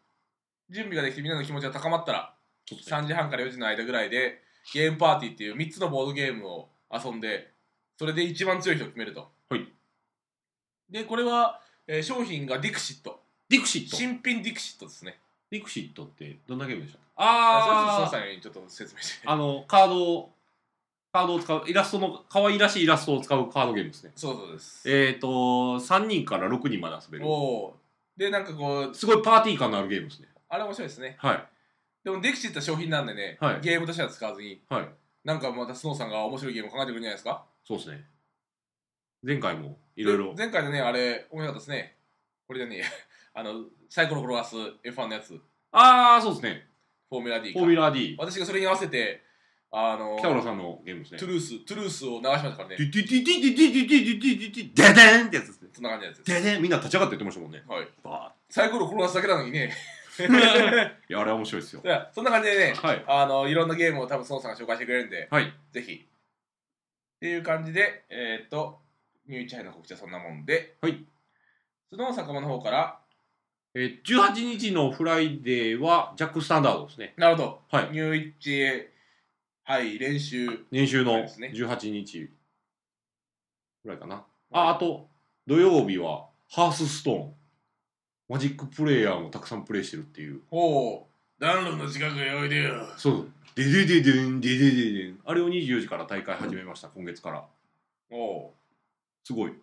S2: 準備ができてみんなの気持ちが高まったら、
S1: そうですね
S2: 3時半から4時の間ぐらいで、ゲームパーティーっていう3つのボードゲームを遊んで、それで一番強い人を決めると。
S1: はい
S2: で、これは、えー商品がディクシット。
S1: ディクシット
S2: 新品ディクシットですね。
S1: ディクシットってどんなゲームでした
S2: あ
S1: あ
S2: それちょっと、そうさんにちょっと説明して。
S1: あのカードをカードを使うイラストの可愛らしいイラストを使うカードゲームですね
S2: そうそうです。
S1: えっ、ー、と3人から6人まで遊べる
S2: おおー。で、なんかこう、
S1: すごいパーティー感のあるゲームですね
S2: あれ面白いですね。
S1: はい
S2: でも、ディクシットは商品なんでね、
S1: はい
S2: ゲームとしては使わずに、
S1: はい
S2: なんかまたスノーさんが面白いゲームを考えてくるんじゃないですか。
S1: そうですね。前回もいろいろ
S2: で。前回のね、あれ、面白かったですね。これじゃねえや あの、サイコロ転がす F1 のやつ、フ
S1: ああ、そうですね。
S2: ォーミュラ D
S1: フ
S2: か
S1: ォーミュラー D。
S2: 私がそれに合わせて、あの、
S1: 北浦さんのゲームですね。
S2: ト
S1: ト
S2: ゥルース、トゥルースを流しましたからね。
S1: ゥトゥトゥトゥトゥトゥトゥトゥトゥトゥデデンってやつですね。
S2: そんな感じのやつで
S1: デデンみんな立ち上がって言ってましたもんね。
S2: す。はい。
S1: バ
S2: サイコロ転がすだけなのに ね。
S1: ーって。いや、あれは面白いですよ
S2: い。やそんな感じでね、
S1: はい。
S2: あの、いろんなゲームを多分孫さんが紹介してくれるんで、
S1: はい。
S2: ぜひ。っていう感じで、えー、っと、ニューイチハイの告知はそんなもんで、
S1: はい。
S2: スノー坂間の方から、
S1: えー、18日のフライデーはジャックスタンダードですね。
S2: なるほど、
S1: はい。
S2: ニューイチハイ練習、
S1: 年収の
S2: ですね
S1: 18日ぐらいかな。あ、あと、土曜日はハースストーン。マジックプレイヤーもたくさんプレイしてるっていう。
S2: ほう、暖炉の近くへおいでよ。
S1: そう。ででででん、ででででん。あれを24時から大会始めました、今月から。
S2: おう、
S1: すごい。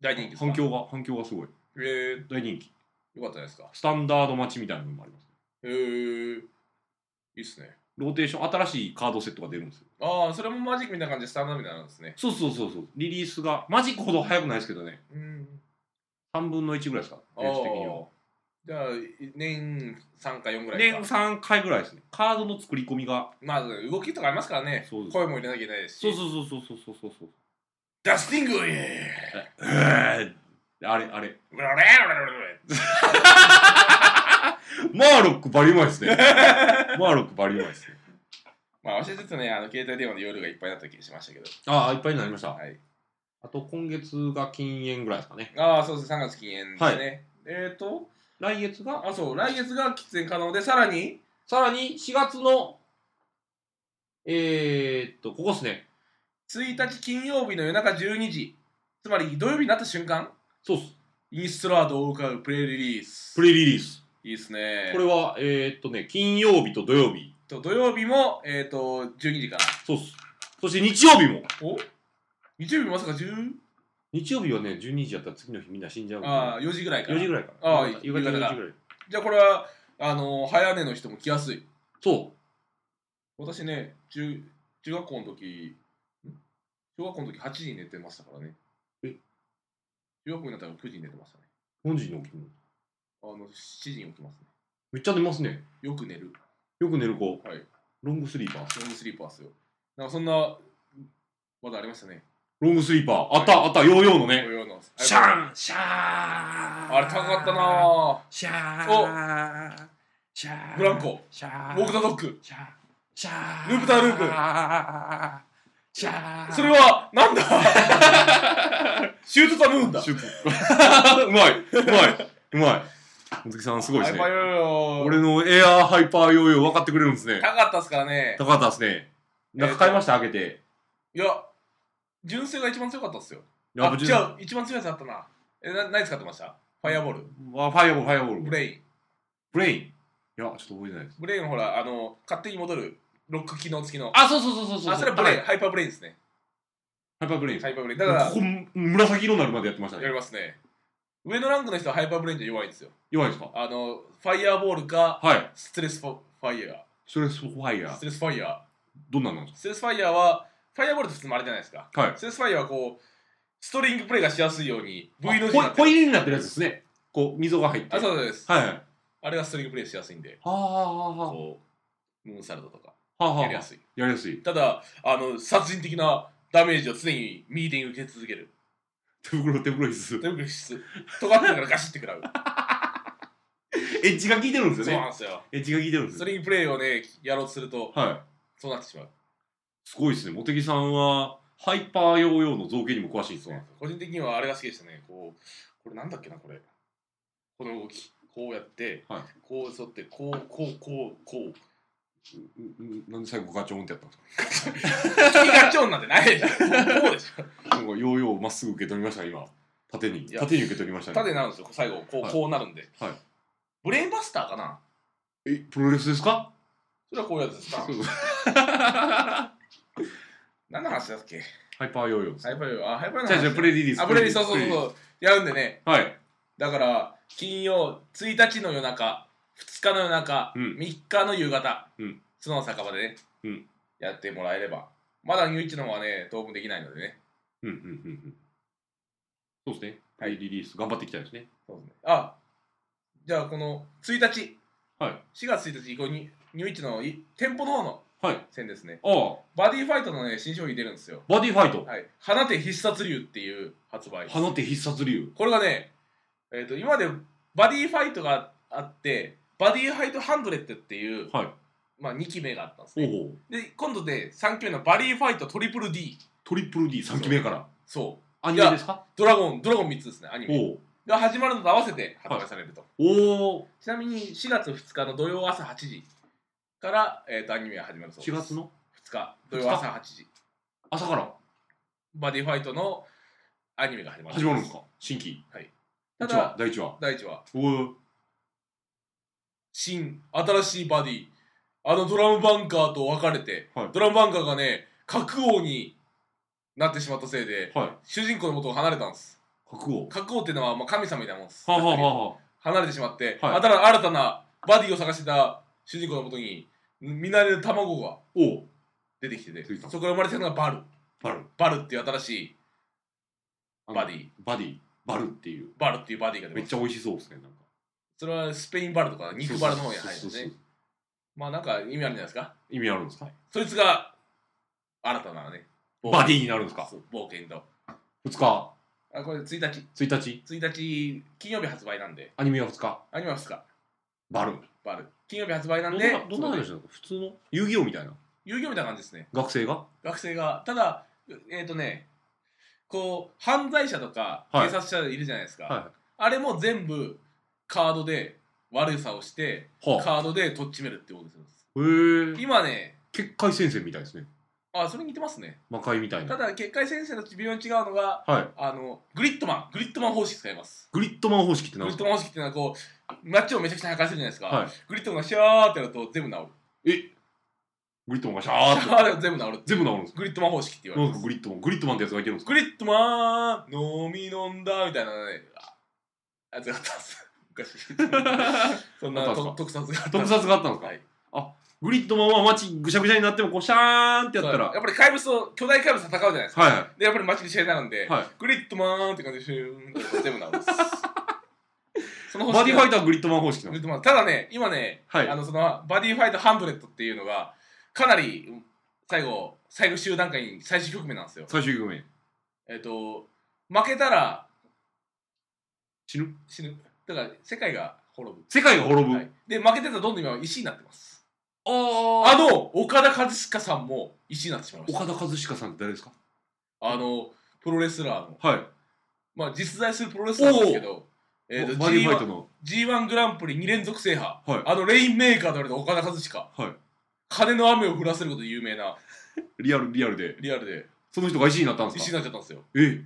S2: 大人気ですか
S1: 反。響が、反響がすごい。
S2: え
S1: 大人気。
S2: ー、よかったですか。
S1: スタンダード待ちみたいなのもあります。
S2: えー、いいっすね。
S1: ローテーション、新しいカードセットが出るんですよ。
S2: ああ、それもマジックみたいな感じでスタンダードみたいになるんですね。
S1: そうそうそうそう。リリースが、マジックほど早くないですけどね。
S2: うん。
S1: 3分の1ぐらいですか、
S2: あ
S1: ページ的には
S2: あ。。じゃあ、年3か4ぐらい
S1: 年
S2: か。
S1: 3回ぐらいですね。カードの作り込みが。
S2: まあ、動きとかありますからね。
S1: そうです。
S2: 声も入れなきゃいけないです
S1: そ
S2: し。
S1: うそうそうそうそうそうそう。
S2: ダスティングウェイ
S1: えーあれあれ。
S2: ブラブラブラブラブ
S1: マーロックバリうまいです ね。マーロックバリうまいですね。
S2: ラまあ、私はちょっとね、あの、携帯電話で夜がいっぱいだった気がしましたけど。
S1: ああ、いっぱいになりました。
S2: はい。
S1: あと今月が禁煙ぐらいですかね。
S2: ああ、そうですね、3月禁煙ですね。えっ、ー、と、
S1: 来月が
S2: あ、そう、来月が喫煙可能で、さらに、
S1: さらに4月のえー、っとここですね
S2: 1日金曜日の夜中12時、つまり土曜日になった瞬間、
S1: そうっす
S2: インストラードを買うプレイリリース。
S1: プレリリース
S2: いいっすね。
S1: これはえー、っとね金曜日と土曜日
S2: と土曜日も、えっ、と、12時から。
S1: そうっすそして日曜日も
S2: お日曜日まさか 10?
S1: 日曜日はね12時やったら次の日みんな死んじゃうんで
S2: ああ、4時ぐらいから。
S1: 4時ぐらいか
S2: あ
S1: ら
S2: あ
S1: 夕方4時ぐらい
S2: じゃあこれは、あのー早寝の人も来やすい。
S1: そう
S2: 私ね、中中学校の時、ん小学校の時8時に寝てましたからね。
S1: え
S2: 中学校になったら9時に寝てましたね。
S1: 何時に起きるの
S2: あの、7時に起きますね。
S1: めっちゃ寝ますね
S2: よく寝る。
S1: よく寝る子
S2: はい。
S1: ロングスリーパー
S2: ロングスリーパーっすよ。なんかそんな、まだありましたね。
S1: ロングスリーパーあったあったヨーヨーの
S2: こ
S1: ね
S2: ういうの
S1: シャンシャーン
S2: あれ高かったな
S1: シャーシャー
S2: ブランコ
S1: シャ
S2: ぁ。
S1: ー
S2: ウォークザドッグ。
S1: シャーシャー
S2: ループだループ
S1: シャー
S2: それは、なんだシュートザムーンだ。
S1: シュート うまいうまいうまい小月さんすごいです
S2: ハイパー
S1: ね
S2: ヨーヨー
S1: 俺のエアーハイパーヨーヨー分かってくれるんですね
S2: 高かったっすからね。
S1: 高かったですねなんか買いました開けて
S2: いや、純正が一番強かったっすよ。
S1: や
S2: あ、
S1: っぱ
S2: 違
S1: 順
S2: う、一番強いやつあったな。え、な何使ってましたファイアボール。
S1: あファイアボールファイアボール
S2: ブレイン。
S1: ブレインいやちょっと覚えてないです
S2: ブレインほら、あの、勝手に戻る。ロック機能付きの。あ、
S1: あそうそうそうそうそう
S2: それはブレイン。
S1: ン
S2: ハイパーブレインですね。
S1: ハイパーブレイン
S2: ハイパーブレイン。だから、
S1: ここ紫色になるまでやってました
S2: やり
S1: ね
S2: ますね。上のランクの人はハイパーブレインじゃ弱いんですよ。
S1: 弱いですか
S2: あの、ファイアボールか、
S1: はい
S2: ストレスフォファイヤ
S1: ストレスファイヤ
S2: ー。ス
S1: ー
S2: トレスファイヤー。
S1: どんなんなんです
S2: ストレスファイヤーは、ファイアボールって普通のあれじゃないですか。
S1: かはい
S2: ストレスファイヤーはこう、ストリングプレイがしやすいように、V の字にな
S1: あ
S2: っ
S1: ホイホイ
S2: てる。
S1: ールになってるやつですねこう溝が入って
S2: あ、
S1: る
S2: そうです。
S1: はいはいは
S2: あれがストリングプレイしやすいんで、
S1: あはあはあは
S2: こう、ムーンサルトとか、
S1: あはあ
S2: やりやすい。
S1: やりやすい
S2: ただ、あの、殺人的なダメージを常にミーティング受け続ける。
S1: 手袋手袋必須
S2: とにかく質。尖ってるからガシッ て食らう。
S1: エッジが効いてるんです
S2: そう
S1: よね
S2: なんですよ。
S1: エッジが効いてるんです
S2: スト
S1: よね
S2: リングプレイをね、やろうとすると、
S1: はい
S2: そうなってしまう。
S1: すごいですね茂木さんはハイパーヨーヨーの造形にも詳しいです
S2: そうなん
S1: ね
S2: ですよ。個人的にはあれが好きでしたね。こう、これなんだっけな、これ。この動き。こうやって、
S1: はい
S2: こう沿って、こう、こう、こう、こう。
S1: ううなんで最後ガチョンってやったんです
S2: 君がチョンなんてない でしょ。こうでしょ。
S1: かなんかヨーヨーをまっすぐ受け取りました今縦に
S2: いや
S1: 縦に受け取りましたね
S2: 縦になるんですよ、最後。こう、
S1: はい
S2: こうなるんで。
S1: はい
S2: ブレーンバスターかな
S1: えプロレスですか
S2: それはこういうやつで す。
S1: そうそう
S2: 何の話だっけ
S1: ハイパーヨーヨーです
S2: ハイパーヨーヨーあ、ハイパーヨー
S1: じゃあ
S2: の
S1: じゃあ
S2: 話
S1: プレリリース
S2: あ、プレイリそうそう
S1: プレリ
S2: そ
S1: リー
S2: う。やるんでね。
S1: スはい
S2: だから、金曜、1日の夜中、2日の夜中、
S1: うん
S2: 3日の夕方、
S1: うん
S2: その酒場でね、
S1: うん
S2: やってもらえれば。まだニューイッチの方はね、当分できないのでね。
S1: うんうんうんうん。そうですね。はい、リリース頑張っていきたいですね。
S2: そうですね。あ、じゃあこの1日、
S1: はい
S2: 4月1日以降に、ニューイッチのい店舗の方の
S1: はい。
S2: 線ですね。
S1: ああ、
S2: バディファイトのね、新商品出るんですよ。
S1: バディファイト。
S2: はい。花手必殺流っていう発売。
S1: 放て必殺流。
S2: これがね、えー、と今までバディファイトがあってバディファイトハンドレッドっていう、
S1: はい。
S2: まあ、2期目があったんです
S1: お
S2: ね
S1: お。
S2: で今度で3期目のバディファイトトリプル D
S1: トリプル D 三期目から。
S2: そう
S1: アニメですか？
S2: ドラゴンドラゴン3つですねアニ
S1: お
S2: メ
S1: お。
S2: が始まるのと合わせて発売されると、
S1: おお。
S2: ちなみに4月2日の土曜朝8時から、えー、とアニメが始まるそうで
S1: 四
S2: す
S1: 月の
S2: 2日土曜朝8時
S1: 朝から
S2: バディファイトのアニメが始まる
S1: 始まるんですか？新規。
S2: た
S1: 一話
S2: だ
S1: 第一話。
S2: 第一話
S1: おお。
S2: 新新しいバディあのドラムバンカーと別れて、
S1: はい
S2: ドラムバンカーがね格王になってしまったせいで
S1: はい。
S2: 主人公の元を離れたんです
S1: 覚悟。
S2: 格王っていうのはまあ神様みたいなもんです
S1: はあ、はあはあはあ、
S2: 離れてしまって、
S1: はい
S2: あたら新たなバディを探してた主人公の元に見慣れる卵が
S1: おお。
S2: 出てきてて
S1: ついた
S2: そこから生まれたのがバル
S1: バル。
S2: バルっていう新しい
S1: あの
S2: バディ
S1: バディ。バルっていう。
S2: バルっていうバディが出
S1: め
S2: ま
S1: っ
S2: す
S1: ちゃ美味しそうですね。なんか。
S2: それはスペインバルとか肉バルの方に入るん
S1: そうそう
S2: です
S1: そうそ
S2: ね
S1: う
S2: まあなんか意味あるんじゃないですか
S1: 意味あるんですか？
S2: そいつが新たなね
S1: バディになるんですか？
S2: そう冒険と
S1: 二日、
S2: あこれ1日
S1: 一日、
S2: 1日金曜日発売なんで
S1: アニメは二日。
S2: アニメは2日
S1: バル。
S2: バル金曜日発売な
S1: ど
S2: ん
S1: ん
S2: で
S1: などんな話なの？普通の遊戯王みたいな。
S2: 遊戯王みたいな感じですね
S1: 学生が
S2: 学生がただえっ、とねこう犯罪者とか
S1: はい
S2: 警察者いるじゃないですか、
S1: は
S2: あれも全部カードで悪さをして
S1: はあ、
S2: カードでとっちめるってことですよ
S1: へえ
S2: 今ね
S1: 結界戦線みたいですね
S2: あそれに似てますね
S1: 魔界みたい
S2: た
S1: な
S2: だ結界先生の微妙に違うのが
S1: はい
S2: あのグリッドマングリッドマン方式使います
S1: グリッドマン方式って
S2: グ
S1: 何
S2: リ
S1: ですか
S2: ッドマン方式っていうのはこう街をめちゃくちゃ破壊するじゃないですか、
S1: はい
S2: グリッドマンがシャーってやると全部治る
S1: えグリッドマンがシャー
S2: シ
S1: っ
S2: ャ
S1: と
S2: ーってやると全部治る
S1: 全部治るんです
S2: グリッドマン方式って言わ
S1: な
S2: れ
S1: ん
S2: て
S1: で
S2: ますす
S1: かグリッドマングリッドマンってやつがいてるんですか
S2: グリッドマン飲み飲んだみたいなねあやつがあったんです昔そんな
S1: あったんです
S2: と
S1: か
S2: 特撮があったん
S1: 特
S2: です
S1: 撮があったんですか、
S2: はい
S1: グリッドマンは街ぐしゃぐしゃになってもこうシャーンってやったら
S2: やっぱり怪物と巨大怪物と戦うじゃないですか、
S1: はい
S2: でやっぱり街に試合になるんで、
S1: はい、はい、
S2: グリッドマンって感じでシューンって全部治るんですその
S1: バディファイ
S2: イ
S1: ターはグリッドマン方式なんです
S2: ただね今ね、
S1: はい
S2: あのそのバディファイトハンドレットっていうのがかなり最後最後集段階に最終局面なんですよ
S1: 最終局面
S2: えっ、と負けたら
S1: 死ぬ
S2: 死ぬだから世界が滅ぶ
S1: 世界が滅ぶ、
S2: はい、で負けてたらどんどん今は石になってます
S1: あ
S2: あ
S1: あの
S2: の岡田和親さんも石になってしまいました
S1: 岡田和親さんって誰ですか
S2: あのプロレスラーの
S1: はい
S2: まあ実在するプロレスラーなんですけど、えー、と
S1: バディファイト
S2: G1,
S1: の
S2: G1 グランプリ2連続制覇
S1: は
S2: あのレインメーカーと言われた岡田和親
S1: いは
S2: 金の雨を降らせることで有名ない
S1: リアルリアルで
S2: リアルで
S1: その人が石になったんで
S2: 石
S1: す
S2: に
S1: か
S2: なっちゃったんですよ
S1: ええ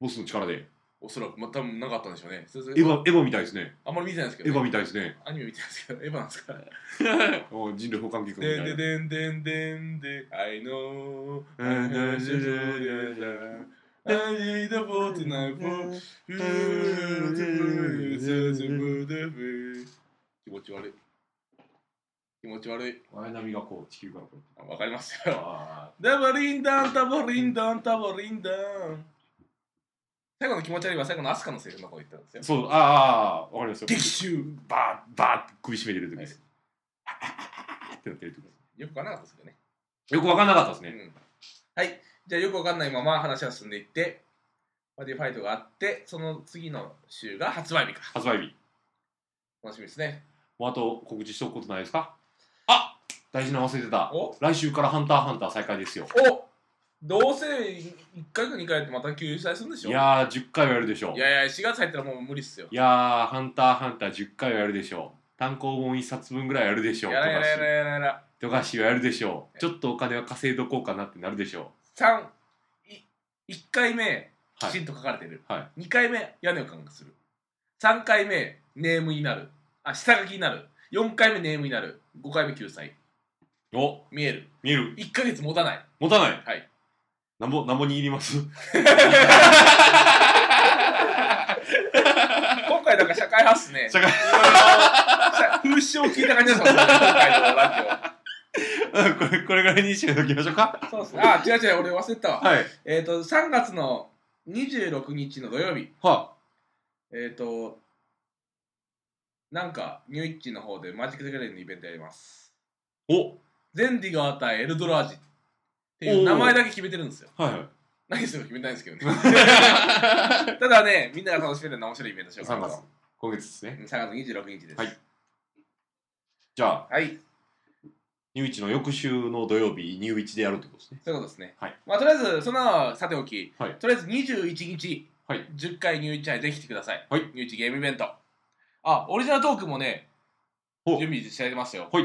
S1: ボスの力で
S2: おそらくまあ多分なかったんでしょうねそれそれ
S1: エヴァエヴァみたいですね
S2: あんまり見てないんですけ
S1: エ
S2: ど、
S1: ヴ
S2: ね、
S1: ァみたいですね
S2: アニメ見てないですけどエヴァなんですか
S1: お人類保管局みたい
S2: で
S1: な
S2: ででんでんでんでん I know I know I need a fortnight for 気持ち悪い。気持ち悪い。
S1: 前波がこう地球からこう
S2: あわかりますよ。
S1: あ
S2: ダバリンダン、ダバリンダン、ダバリンダン。最後の気持ち悪いは最後のアスカのセリフのこと言ったんですよ
S1: ー。そうあーあーわかりますよ
S2: 激臭
S1: バーッバーって首絞めてる時です、ってなってる時です
S2: よくわからなかったですよね。
S1: よくわかんなかったですね、
S2: うんはい。じゃあよくわかんないまま話は進んでいって、バディファイトがあって、その次の週が発売日か。
S1: 発売日
S2: 楽しみですね。
S1: もうあと告知しておくことないですかあ大事なの忘れてた
S2: お
S1: 来週からハンターハンター再開ですよ
S2: おどうせ1回か2回やってまた救済するんでしょ
S1: いやー10回はやるでしょう
S2: いやいや、4月入ったらもう無理っすよ。
S1: いやー、ハンターハンター10回はやるでしょう。単行本1冊分ぐらいやるでしょう。
S2: やらやらやらやらやら。
S1: 富樫はやるでしょう。ちょっとお金は稼いどこうかなってなるでしょ
S2: 三い1回目、
S1: う。
S2: き
S1: は
S2: ち
S1: い。
S2: んと書かれてる。
S1: は
S2: 2回目、屋根を感覚する。3回目、ネームになる。あ、下書きになる。4回目、ネームになる。5回目、救済。
S1: お
S2: 見える。
S1: 見る。
S2: 1ヶ月持たない。
S1: 持たない。
S2: はい。
S1: なんぼ、なんぼ握り ます
S2: 今回、なんか社会派っすね。
S1: 社会
S2: 社風刺を聞いた感じだったもんね、今回のラ
S1: これ、これぐらいにしておきましょうか。
S2: ジオ。そうっすね。あ、違う違う、俺忘れてたわ。
S1: はい。
S2: えっ、と、3月の26日の土曜日、
S1: は
S2: えっ、と、なんか、ニューイッチの方でマジック・ザ・ギャラリーのイベントやります。
S1: あ、お
S2: ゼンディガー対エルドラージっていう名前だけ決めてるんですよ。
S1: はいは
S2: 何するか決めたいんですけどね。 ただね、みんなが楽しめるような面白いイベントし
S1: い。
S2: ようか
S1: 3
S2: な
S1: 月
S2: と。。
S1: 今月ですね。
S2: 3月26日です。
S1: はいじゃあ、
S2: はい
S1: ニューイチの翌週の土曜日、ニューイチでやるってことですね。
S2: そういうことですね。
S1: はい
S2: まあ、とりあえず、そんなのはさておき、
S1: はい
S2: とりあえず21日、
S1: はい
S2: 10回入一杯ぜひ来てください。
S1: はい
S2: 入一ゲームイベント。あ、オリジナルトークもね、
S1: お
S2: 準備してますよ。
S1: はい。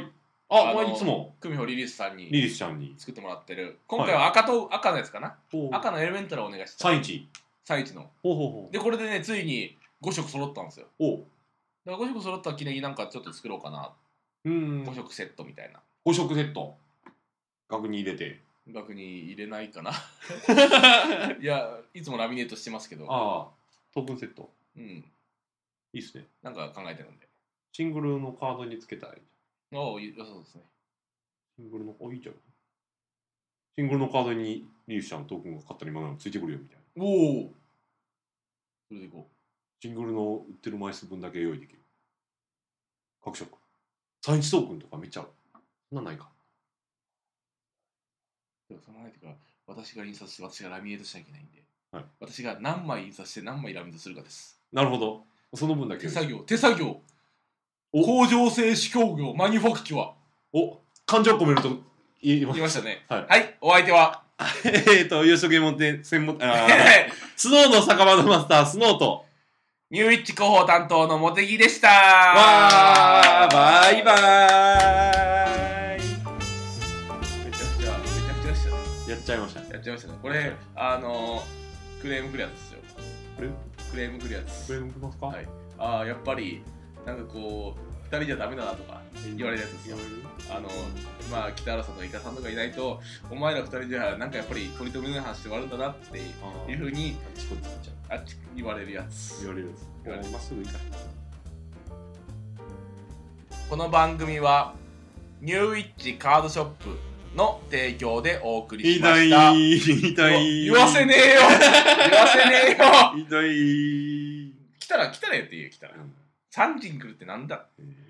S1: あ、
S2: あの
S1: お前いつも、
S2: 久美穂リリースさんに
S1: リリースちゃんに。
S2: 作ってもらってる。今回は赤と、赤のやつかな。赤のエレメンタルをお願いしてた。
S1: 3日。
S2: 3一の。
S1: ほうほうほう。
S2: で、これでね、ついに5色揃ったんですよ。
S1: おう。
S2: だから5色揃った記念になんかちょっと作ろうかな。
S1: うーん
S2: 5。色セットみたいな。
S1: 5色セット額に入れて
S2: 額に入れない かな。いや、いつもラミネートしてますけど、
S1: ああトークンセット
S2: うん。
S1: いいっすね
S2: なんか考えてるんで。
S1: シングルのカードにつけたい
S2: おお、い良さそうですね。
S1: シングルのあいいじゃんシングルのカードにリーフちゃんのトークンが買ったら今なのついてくるよみたいな
S2: おお。それでいこ
S1: シングルの売ってる枚数分だけ用意できる各色3日トークンとかめっちゃあるそんなんないか
S2: う。でもその前とか、私が印刷して、私がラミネートしちゃいけないんで、
S1: はい
S2: 私が何枚印刷して、何枚ラミネートするかです。
S1: なるほどその分だけ用意
S2: 手作業、手作業。工場製紙工業、マニファクチュア。
S1: お感情込めると言いま
S2: 言い
S1: す
S2: ましたね。
S1: はい
S2: はい、お相手は、
S1: えっと優勝ゲーム専門あースノーの酒場のマスタースノーと
S2: ニューイッチ広報担当の茂木でした
S1: わーバイバー
S2: めちゃくちゃめちゃくちゃでしたね
S1: イやっちゃいましたね
S2: やっちゃいましたねこれあのークレームくるやつですよ
S1: これ
S2: クレームくるやつ
S1: これ向きますか、
S2: はいああやっぱりなんかこう2人じゃダメだなとか言われるやつですよ
S1: 言われる
S2: あのまあ北原さんとかイカさんとかいないとお前ら2人じゃなんかやっぱり取り留めない話して終わるんだなってい
S1: あー
S2: うふうに
S1: あっちこっち行っちゃう
S2: あっち言われるやつ
S1: 言われるやつ
S2: 言われる
S1: もうまっすぐ行かへん
S2: この番組はニューイッチカードショップの提供でお送りしま
S1: 痛い
S2: した
S1: 痛い
S2: 言わせねえよ言わせねえよ
S1: 痛い
S2: 来たら来たらやって言う来たら3時に来るってなんだ
S1: えー